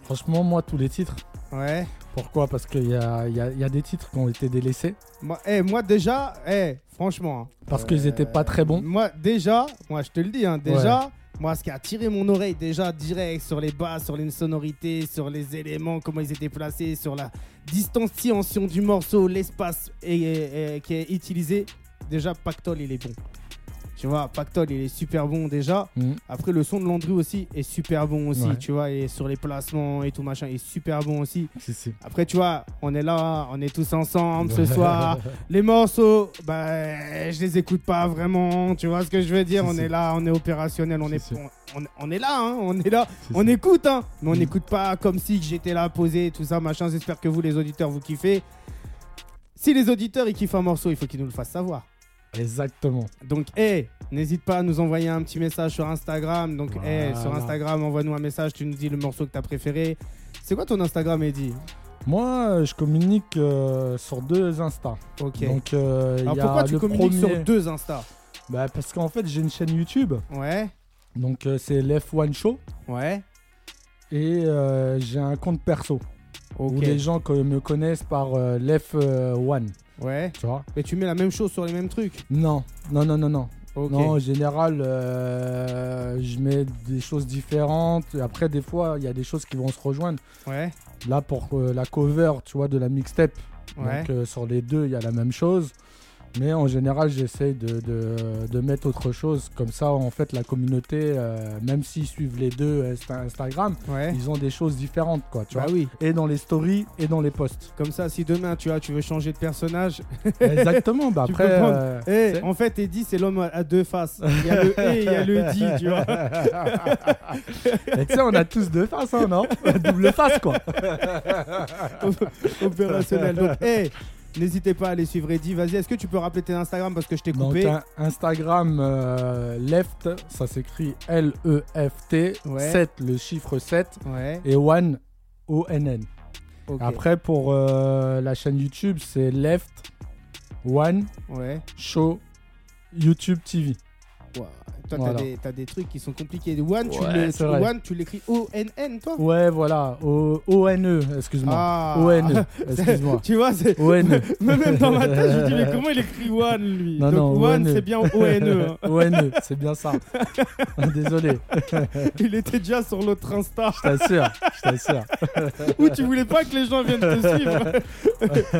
Franchement, moi, tous les titres. Ouais. Pourquoi Parce qu'il y a, il y a- il y a des titres qui ont été délaissés. Moi, eh, moi déjà, eh, franchement. hein, Parce qu'ils étaient pas très bons. Moi déjà, moi je te le dis, hein, déjà, moi ce qui a attiré mon oreille déjà direct sur les basses, sur les sonorités, sur les éléments, comment ils étaient placés, sur la distanciation du morceau, l'espace et- et- et- qui est utilisé, déjà Pactol il est bon. Tu vois, Pactol il est super bon déjà. Mm. Mhm. Après le son de Landry aussi est super bon aussi, Ouais. tu vois, et sur les placements et tout machin, il est super bon aussi. Si, si. Après, tu vois, on est là, on est tous ensemble ce soir. les morceaux, bah, je les écoute pas vraiment. Tu vois ce que je veux dire Si, On si. est là, on est opérationnel, on est, on, on- on est là, hein, on est là, on si. Mm. écoute, hein. Mais on n'écoute pas comme si j'étais là posé, tout ça, machin. J'espère que vous, les auditeurs, vous kiffez. Si les auditeurs ils kiffent un morceau, il faut qu'ils nous le fassent savoir. Exactement. Donc, hey, n'hésite pas à nous envoyer un petit message sur Instagram. Donc, hey, sur Voilà. Instagram, envoie-nous un message. Tu nous dis le morceau que t'as préféré. C'est quoi ton Instagram, Eddy Moi, euh, je communique euh, sur deux Insta. Ok. Donc, euh, il Alors y a pourquoi tu le communiques premier- sur deux Insta Bah, parce qu'en fait, j'ai une chaîne YouTube. Ouais. Donc, euh, c'est l'F1 Show. Ouais. Et euh, j'ai un compte perso. Où Ok. les gens que- me connaissent par euh, l'F1. Ouais. Tu vois Mais tu mets la même chose sur les mêmes trucs Non, non, non, non, non. Ok. Non, en général, euh, je mets des choses différentes. Après, des fois, il y a des choses qui vont se rejoindre. Ouais. Là, pour euh, la cover, tu vois, de la mixtape. Ouais. Donc, euh, sur les deux, il y a la même chose. Mais en général, j'essaye de, de- de mettre autre chose. Comme ça, en fait, la communauté, euh, même s'ils suivent les deux euh, Insta- Instagram, ils ont des choses différentes, quoi. Tu Bah vois oui. Et dans les stories et dans les posts. Comme ça, si demain tu vois, tu veux changer de personnage. Exactement, bah tu après, peux prendre- euh, Eh, c'est- en fait, Eddie, c'est l'homme à- à deux faces. Il y a le et il y a le dit, tu vois. Et tu sais, on a tous deux faces, hein, non Double face, quoi. Op- Opérationnel. Donc, eh, n'hésitez pas à aller suivre Eddie. Vas-y, est-ce que tu peux rappeler tes Instagram parce que je t'ai Donc, coupé un Instagram euh, left, ça s'écrit E L-E-F-T, Ouais. 7, le chiffre 7, Ouais. et one, O-N-N. Ok. Après, pour euh, la chaîne YouTube, c'est left, one, Ouais. show, YouTube TV. Ouah, Toi, t'as Voilà. des- t'as des, trucs qui sont compliqués. One, tu Ouais, le- c'est tu- vrai. One, tu l'écris O-N-N, toi Ouais, voilà, O- O-N-E, excuse-moi. Ah. O-N-E, excuse-moi. E. Tu vois, c'est. O-N-E. Même même dans ma tête, je me dis, mais comment il écrit One, lui Non, Donc, non, E. One, ONE. c'est bien O-N-E. hein. ONE, E, c'est bien ça. Désolé. Il était déjà sur l'autre Insta. Je t'assure, je t'assure. Ou tu voulais pas que les gens viennent te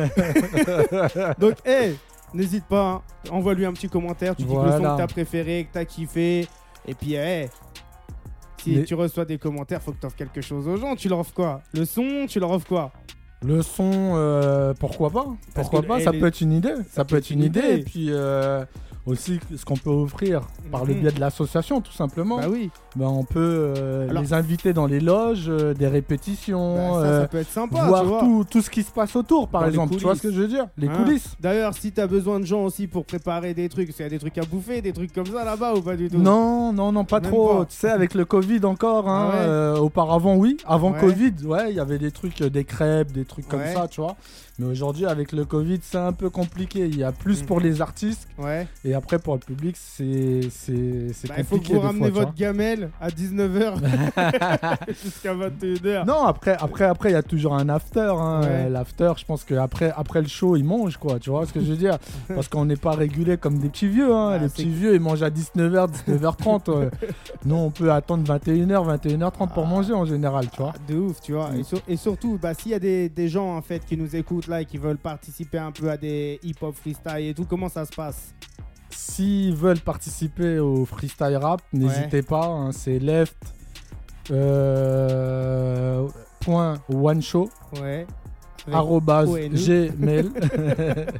suivre. Donc, hé, n'hésite pas. hein. Envoie-lui un petit commentaire. Tu dis que le son Voilà. que t'as préféré, que t'as kiffé. Et puis, hé, si Mais- tu reçois des commentaires, faut que t'offres quelque chose aux gens. Tu leur offres quoi Le son, tu leur offres quoi Le son, euh, pourquoi pas Parce Pourquoi que pas elle Ça est- peut être une idée. Ça peut être une idée. Et puis euh, aussi, ce qu'on peut offrir par le Mhm. biais de l'association, tout simplement. Bah oui. Ben, on peut euh, Alors- les inviter dans les loges, euh, des répétitions. Bah, ça, ça euh, peut être sympa, Voir tu vois. Tout, tout ce qui se passe autour, par Dans les exemple. Tu vois ce que coulisses. je veux dire Les Hein. coulisses. D'ailleurs, si t'as besoin de gens aussi pour préparer des trucs, parce qu'il y a des trucs à bouffer, des trucs comme ça là-bas ou pas du tout Non, non, non, pas Même trop. pas. Tu sais, avec le Covid encore. hein, Ah ouais. euh, auparavant, oui. Avant Ouais. Covid, ouais, il y avait des trucs, euh, des crêpes, des trucs comme Ouais. ça, tu vois. Mais aujourd'hui, avec le Covid, c'est un peu compliqué. Il y a plus pour les artistes. Mm. Ouais. Et après, pour le public, c'est c'est c'est Bah, il faut que compliqué. vous des ramenez fois, votre tu gamelle à 19h jusqu'à 21h. vois. Non, après, après, après, il y a toujours un after. hein. Ouais. Euh, L'after, je pense qu'après après le show, ils mangent, quoi. Tu vois ce que je veux dire Parce qu'on n'est pas régulé comme des petits vieux. hein. Les petits vieux, ils mangent à 19h, 19h30. euh. Nous, on peut attendre 21h, 21h30 pour manger en général, tu vois. Ah. De ouf, tu vois. Et, sur- et surtout, bah, s'il y a des, des gens en fait qui nous écoutent là et qui veulent participer un peu à des hip-hop freestyle et tout, comment ça se passe S'ils veulent participer au freestyle rap, n'hésitez pas. hein, c'est left. euh, point one show Ouais. Avec arrobase ONU.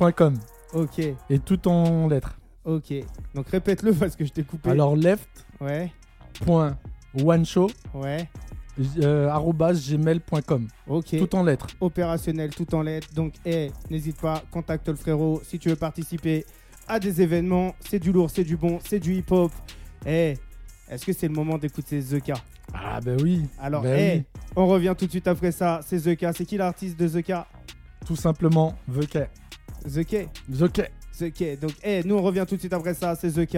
gmail.com Ok. et tout en lettres. Ok. Donc répète-le parce que je t'ai coupé. Alors left Ouais. point one show Ouais. euh, arrobase gmail.com Ok. tout en lettres. opérationnel, tout en lettres. Donc, hey, n'hésite pas, contacte le frérot si tu veux participer à des événements. C'est du lourd, c'est du bon, c'est du hip-hop. Hey, est-ce que c'est le moment d'écouter The K Ah ben oui. Alors, Ben hey, oui. on revient tout de suite après ça. C'est The K. C'est qui l'artiste de The K Tout simplement The K. The K. The K. The K. Donc, hey, nous, on revient tout de suite après ça. C'est The K.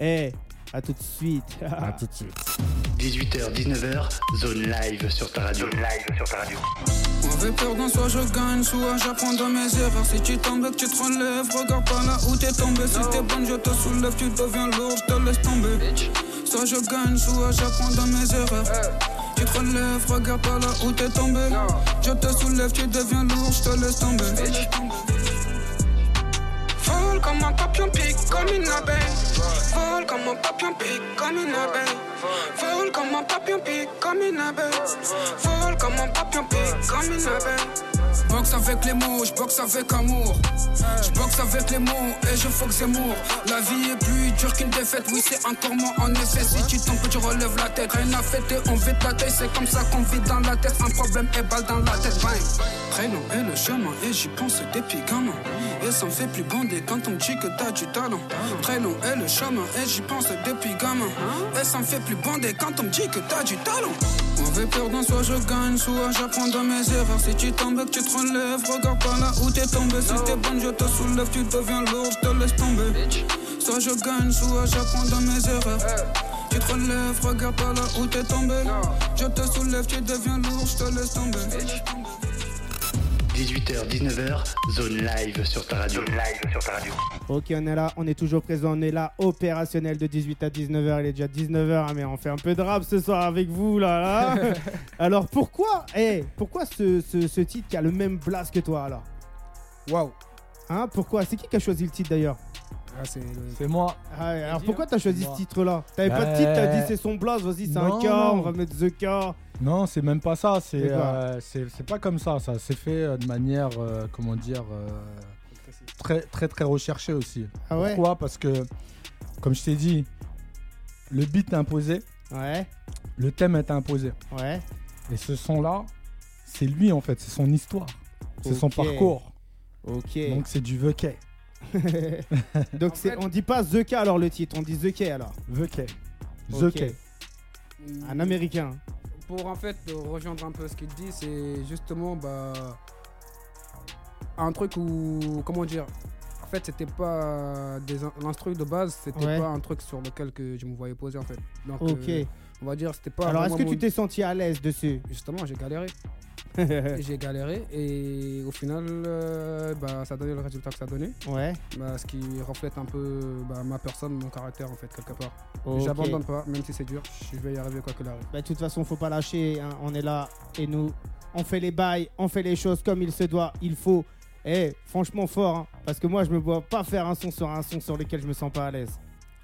Hey, à tout de suite. À tout de suite. 18h, 19h, zone live sur ta radio. live sur ta radio. Mauvais perdant, soit je gagne, soit j'apprends de mes erreurs. Si tu tombes, que tu te relèves, regarde pas là où t'es tombé. Si t'es bonne, je te soulève, tu deviens lourd, je te laisse tomber. Soit je gagne, soit j'apprends de mes erreurs. Tu te relèves, regarde pas là où t'es tombé. Je te soulève, tu deviens lourd, je te laisse tomber. Vole comme un papillon pique comme une abeille. Vole comme un papillon pique comme une abeille. Vole comme un papillon pique comme une abeille. Vole comme un papillon pique comme une abeille. Boxe avec les mots, je boxe avec amour. Je boxe avec les mots et je fuck Zemmour. La vie est plus dure qu'une défaite, oui, c'est un tourment. En effet, si tu tombes, tu relèves la tête. Rien à fêter, on vide la tête. C'est comme ça qu'on vit dans la tête. Un problème et balle dans la tête. Bang. Prénom et le chemin, et j'y pense depuis gamin. Et ça me fait plus bander quand on dit que t'as du talent. Prénom et le chemin, et j'y pense depuis gamin. Et ça me fait plus bander quand on me dit que t'as du talent. Mauvais perdant, soit je gagne, soit j'apprends de mes erreurs. Si tu tombes, que tu te relèves, regarde pas là où t'es tombé. Si t'es bonne, je te soulève, tu deviens lourd, je te laisse tomber. Soit je gagne, soit j'apprends dans mes erreurs. Tu te relèves, regarde pas là où t'es tombé. Je te soulève, tu deviens lourd, je te laisse tomber. 18h, 19h, zone live sur ta radio. live sur ta radio. Ok, on est là, on est toujours présent, on est là, opérationnel de 18 à 19h. Il est déjà 19h, hein, mais on fait un peu de rap ce soir avec vous là. là. alors pourquoi, eh, pourquoi ce, ce- ce titre qui a le même blast que toi alors Waouh Hein, pourquoi C'est qui qui a choisi le titre d'ailleurs C'est moi. Ah, hein. alors pourquoi t'as choisi moi. ce titre là T'avais pas de Bah, titre, t'as dit c'est son blast, vas-y c'est un non, K, non. on va mettre The K. Non, c'est même pas ça. C'est C'est quoi euh, c'est c'est pas comme ça. Ça s'est fait euh, de manière, euh, comment dire, euh, très très très recherchée aussi. Ah ouais Pourquoi Parce que, comme je t'ai dit, le beat est imposé. Ouais. Le thème est imposé. Ouais. Et ce son là, c'est lui en fait. C'est son histoire. C'est son Ok. parcours. Ok. Donc c'est du VK. Donc c'est- on dit pas The K alors le titre, on dit The K alors. The K. The Ok. K. Un américain. Pour en fait euh, rejoindre un peu ce qu'il dit, c'est justement bah, un truc où, comment dire, en fait c'était pas des in- l'instru de base, c'était Ouais. pas un truc sur lequel que je me voyais poser en fait. Donc, Ok. euh, on va dire c'était pas. Alors, est-ce vraiment que tu mon- t'es senti à l'aise dessus Justement, j'ai galéré. j'ai galéré et au final, euh, bah, ça a donné le résultat que ça a donné. Ouais. Bah, ce qui reflète un peu bah, ma personne, mon caractère en fait, quelque part. Ok. J'abandonne pas, même si c'est dur, je vais y arriver quoi qu'il arrive. Bah, de toute façon, faut pas lâcher. hein. On est là et nous, on fait les bails, on fait les choses comme il se doit, il faut. Eh, franchement, fort. hein, parce que moi, je me vois pas faire un son sur un son sur lequel je me sens pas à l'aise.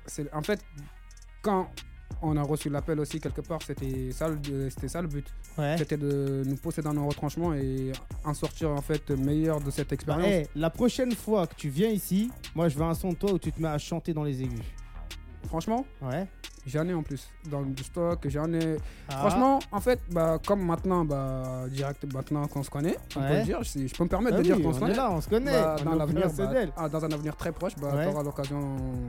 C'est- En fait, quand on a reçu l'appel aussi, quelque part, c'était ça, le- c'était ça le but. Ouais. C'était de nous pousser dans nos retranchements et en sortir en fait meilleur de cette Bah, expérience. eh, la prochaine fois que tu viens ici, moi, je veux un son de toi où tu te mets à chanter dans les aigus. Franchement Ouais. J'en ai en plus dans le stock, j'en ai. Ah. Franchement, en fait, bah, comme maintenant, bah, direct maintenant qu'on se connaît, on peut Ouais. le dire, si je peux me Ah permettre de oui, dire qu'on se on connaît. est là, on se connaît, Bah, on dans, est l'avenir, bah, opérationnel. ah, dans un avenir très proche, bah, Ouais. tu auras l'occasion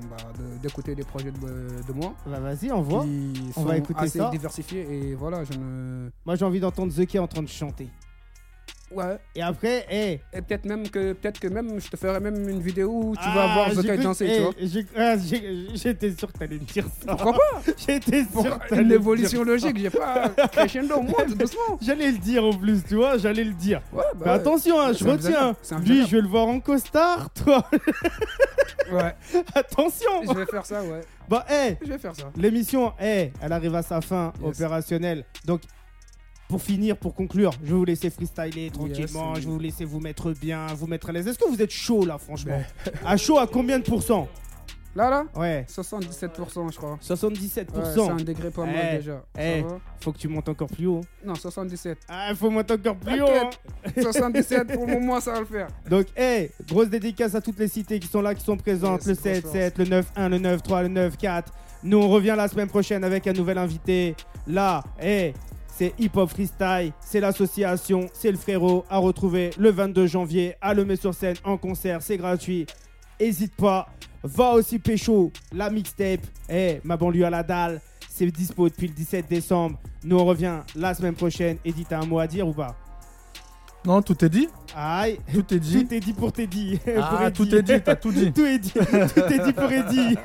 bah, de- d'écouter des projets de, de moi. Bah, vas-y, envoie. Qui On sont va écouter assez ça. diversifiés et voilà, je ne. Moi, j'ai envie d'entendre The Key en train de chanter. Ouais. Et après, eh. Et peut-être même que peut-être que même je te ferai même une vidéo où tu Ah, vas voir The j'ai Kite cru- danser, eh, tu vois. j'ai- ah, j'ai- J'étais sûr que t'allais me dire ça. Pourquoi pas J'étais sûr. Pourquoi- que t'allais Une me évolution dire ça. logique, j'ai pas crescendo, moi, tout doucement. J'allais le dire en plus, tu vois, j'allais le dire. Ouais, bah Mais ouais. attention, hein, je C'est un retiens. bizarre- c'est un Lui, bizarre. je vais le voir en costard, toi. ouais. Attention. Je vais faire ça, ouais. Bah, eh, Je vais faire ça. l'émission, eh, elle arrive à sa fin opérationnelle. Donc, pour finir, pour conclure, je vais vous laisser freestyler tranquillement. oui. je vais vous laisser vous mettre bien, vous mettre à l'aise. Est-ce que vous êtes chaud là, franchement À chaud, à combien de pourcents Ben. Là, là Ouais. 77%, je crois. 77%. Ouais, c'est un degré pas mal Eh, déjà. Ça eh, va faut que tu montes encore plus haut. Non, 77. Ah, faut monter encore plus haut. T'inquiète, hein. 77 pour le moment, ça va le faire. Donc, hey, grosse dédicace à toutes les cités qui sont là, qui sont présentes. le 7, 7, le 9, 1, le 9, 3, le 9, 4. Nous, on revient la semaine prochaine avec un nouvel invité. Là, hey, c'est Hip Hop Freestyle, c'est l'association, c'est le frérot à retrouver le 22 janvier à Lemay-sur-Seine en concert. C'est gratuit. Hésite pas. Va aussi pécho la mixtape. Hey, ma banlieue à la dalle. C'est dispo depuis le 17 décembre. Nous, on revient la semaine prochaine. Edith, t'as un mot à dire ou pas Non, tout est dit. Aïe. Tout est dit. Tout est dit pour Teddy. Ah, Pour Eddy. tout est dit, t'as tout dit. tout est dit. Tout est dit pour Eddy.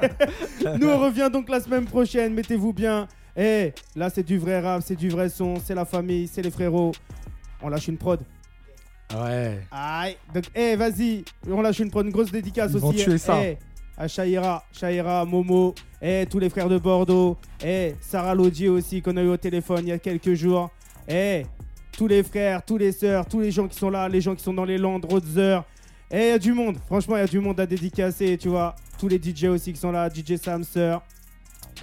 Nous, on revient donc la semaine prochaine. Mettez-vous bien. Eh, là, c'est du vrai rap, c'est du vrai son, c'est la famille, c'est les frérots. On lâche une prod. Ouais. Aïe. Donc, eh, vas-y. On lâche une prod. Une grosse dédicace Ils vont aussi. tuer eh, ça. eh, à Shaira, Shaira, Momo, eh, tous les frères de Bordeaux, eh, Sarah Lodier aussi, qu'on a eu au téléphone il y a quelques jours. Eh, tous les frères, tous les sœurs, tous les gens qui sont là, les gens qui sont dans les Landes, Rhodeser. Eh, il y a du monde. Franchement, il y a du monde à dédicacer, tu vois. Tous les DJ aussi qui sont là, DJ Sam, sœur.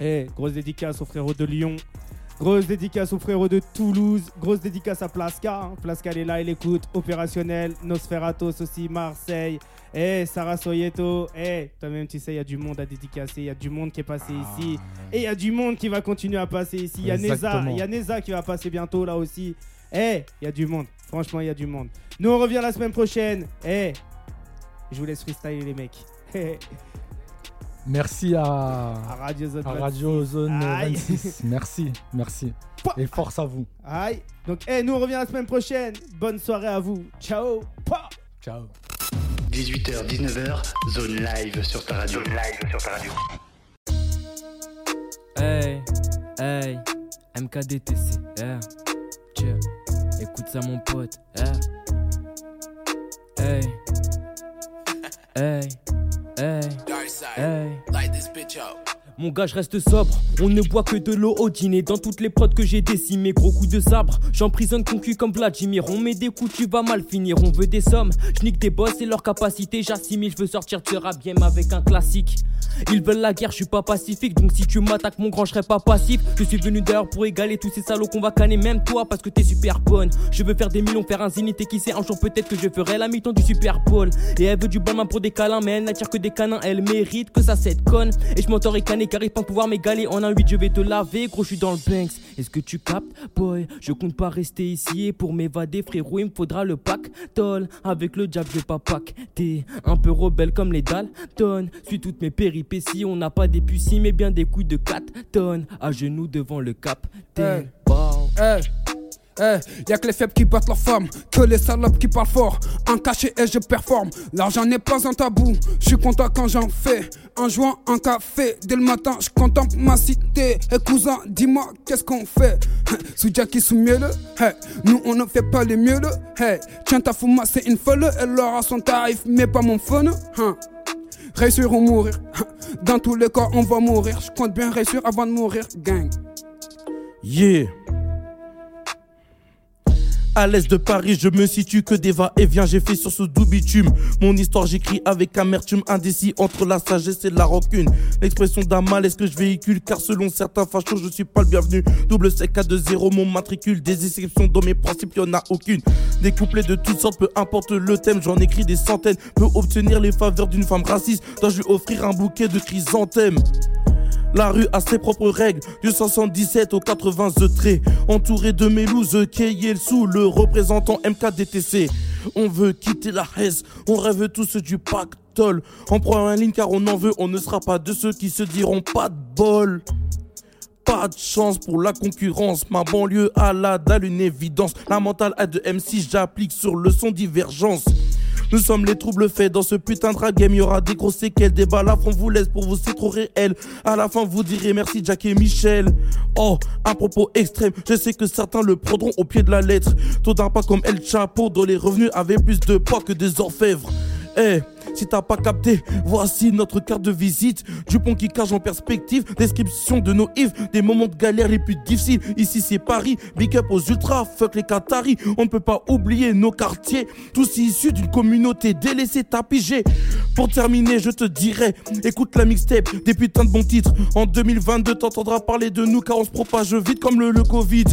Eh, grosse dédicace aux frérots de Lyon. Grosse dédicace aux frérots de Toulouse. Grosse dédicace à Plaska. hein. Plaska, elle est là, elle écoute. Opérationnel. Nosferatos aussi, Marseille. Eh, Sarah Soyeto. Eh, toi-même, tu sais, il y a du monde à dédicacer. Il y a du monde qui est passé ici. Et il y a du monde qui va continuer à passer ici. Il y a Neza. Exactement. Il y a Neza qui va passer bientôt là aussi. Eh, il y a du monde. Franchement, il y a du monde. Nous, on revient la semaine prochaine. Eh, je vous laisse freestyler, les mecs. Eh, Merci à, Radio Zone à 26. Radio Zone Aïe. 26. Merci, merci. Et force à vous. Aïe. Donc, eh, nous, on revient la semaine prochaine. Bonne soirée à vous. Ciao. Pa. Ciao. 18h, 19h, zone live sur ta radio. live sur ta radio. Hey, hey, MKDTC, eh, tiens, écoute ça mon pote, eh. Hey, hey, hey, hey. Light this bitch up. Mon gars, je reste sobre. On ne boit que de l'eau au dîner. Dans toutes les prods que j'ai décimées, gros coup de sabre. J'emprisonne ton cul comme Vladimir. On met des coups, tu vas mal finir. On veut des sommes. Je nique des boss et leur capacité. J'assimile, je veux sortir de ce rap game avec un classique. Ils veulent la guerre, je suis pas pacifique. Donc si tu m'attaques, mon grand, je serai pas passif. Je suis venu d'ailleurs pour égaler tous ces salauds qu'on va canner. Même toi, parce que t'es super bonne. Je veux faire des millions, faire un zénith. Et qui sait, un jour peut-être que je ferai la mi-temps du Super Bowl. Et elle veut du bon main pour des câlins. Mais elle n'attire que des canins. Elle mérite que ça cette conne. Et je m'entends ricaner car ils pensent pouvoir m'égaler. En un 8, je vais te laver. Gros, je suis dans le Banks. Est-ce que tu captes, boy Je compte pas rester ici. Et pour m'évader, frérot, il me faudra le pack. Toll, avec le jab, je vais pas pack. T'es un peu rebelle comme les Dalton. Suis toutes mes péripéties. On n'a pas des pucies, mais bien des couilles de 4 tonnes. À genoux devant le Bah. cap. Hey. Hey. Hey, y'a que les faibles qui battent leurs femmes, que les salopes qui parlent fort. En cachet et je performe, l'argent n'est pas un tabou. Je suis content quand j'en fais, en jouant un café. Dès le matin, je contemple ma cité. Et cousin, dis-moi, qu'est-ce qu'on fait Hein, Sous Jackie, sous mielleux hey, hein. Eh, nous on ne fait pas les mielleux. Hey, tiens ta fouma, c'est une folle, elle aura son tarif, mais pas mon fun. hein. Réussir ou mourir, hein. dans tous les cas, on va mourir. Je compte bien réussir avant de mourir, gang. Yeah. À l'est de Paris, je me situe que des va-et-vient, j'ai fait sur ce doux bitume. Mon histoire, j'écris avec amertume, indécis entre la sagesse et la rancune. L'expression d'un mal est-ce que je véhicule, car selon certains fachos, je suis pas le bienvenu. Double sec à 2-0, mon matricule, des exceptions dans mes principes, y'en a aucune. Des couplets de toutes sortes, peu importe le thème, j'en écris des centaines. Peut obtenir les faveurs d'une femme raciste, dois-je lui offrir un bouquet de chrysanthèmes la rue a ses propres règles, du 77 au 80 The Trait. Entouré de mes louses, sous le représentant MKDTC. On veut quitter la Hesse, on rêve tous du pactole. On prend un ligne car on en veut, on ne sera pas de ceux qui se diront pas de bol. Pas de chance pour la concurrence, ma banlieue à la dalle, une évidence. La mentale a de M6, j'applique sur le son divergence. Nous sommes les troubles faits dans ce putain de rap game. Y aura des gros séquelles, des balafres, on vous laisse pour vous, c'est trop réel. À la fin, vous direz merci Jack et Michel. Oh, un propos extrême, je sais que certains le prendront au pied de la lettre. Taux d'impact comme El Chapo, dont les revenus avaient plus de poids que des orfèvres. Eh, si t'as pas capté, voici notre carte de visite. Du pont qui cache en perspective, description de nos ifs, des moments de galère les plus difficiles. Ici c'est Paris, big up aux ultras, fuck les Qataris. On ne peut pas oublier nos quartiers, tous issus d'une communauté délaissée, tapigée. Pour terminer, je te dirai, écoute la mixtape, des putains de bons titres. En 2022, t'entendras parler de nous car on se propage vite comme le, le Covid.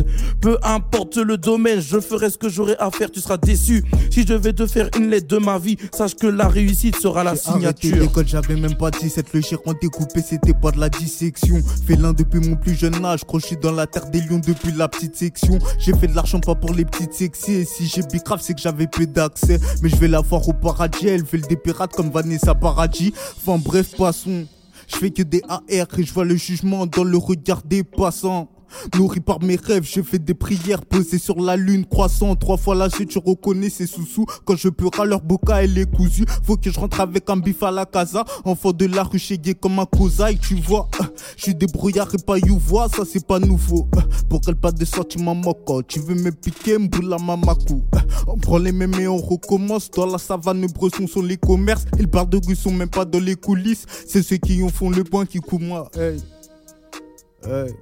Peu importe le domaine, je ferai ce que j'aurai à faire, tu seras déçu. Si je vais te faire une lettre de ma vie, sache que la réussite sera la J'ai arrêté signature. l'école, j'avais même pas 17. Le chien quand découpé, c'était pas de la dissection. Félin depuis mon plus jeune âge, croché dans la terre des lions depuis la petite section. J'ai fait de l'argent pas pour les petites sexy. Et si j'ai bicrave, c'est que j'avais peu d'accès. Mais je vais la voir au paradis, elle fait le des pirates comme Vanessa Paradis. Enfin bref, passons. Je fais que des AR et je vois le jugement dans le regard des passants. Nourri par mes rêves, je fais des prières posées sur la lune croissant. Trois fois la suite, je reconnais ces sous-sous. Quand je peux leur boca, elle est cousue. Faut que je rentre avec un bif à la casa. Enfant de la rue, chégué comme un cosaï, tu vois. euh, Je suis débrouillard et pas you vois, ça c'est pas nouveau. Euh, Pour qu'elle pas de sorte, tu m'en moques. oh. Tu veux me piquer, mboula mamakou. Euh, On prend les mêmes et on recommence. Dans la savane, bresson sont les commerces. Ils parlent de rue, sont même pas dans les coulisses. C'est ceux qui en font le point qui coupent moi. Hey. Hey.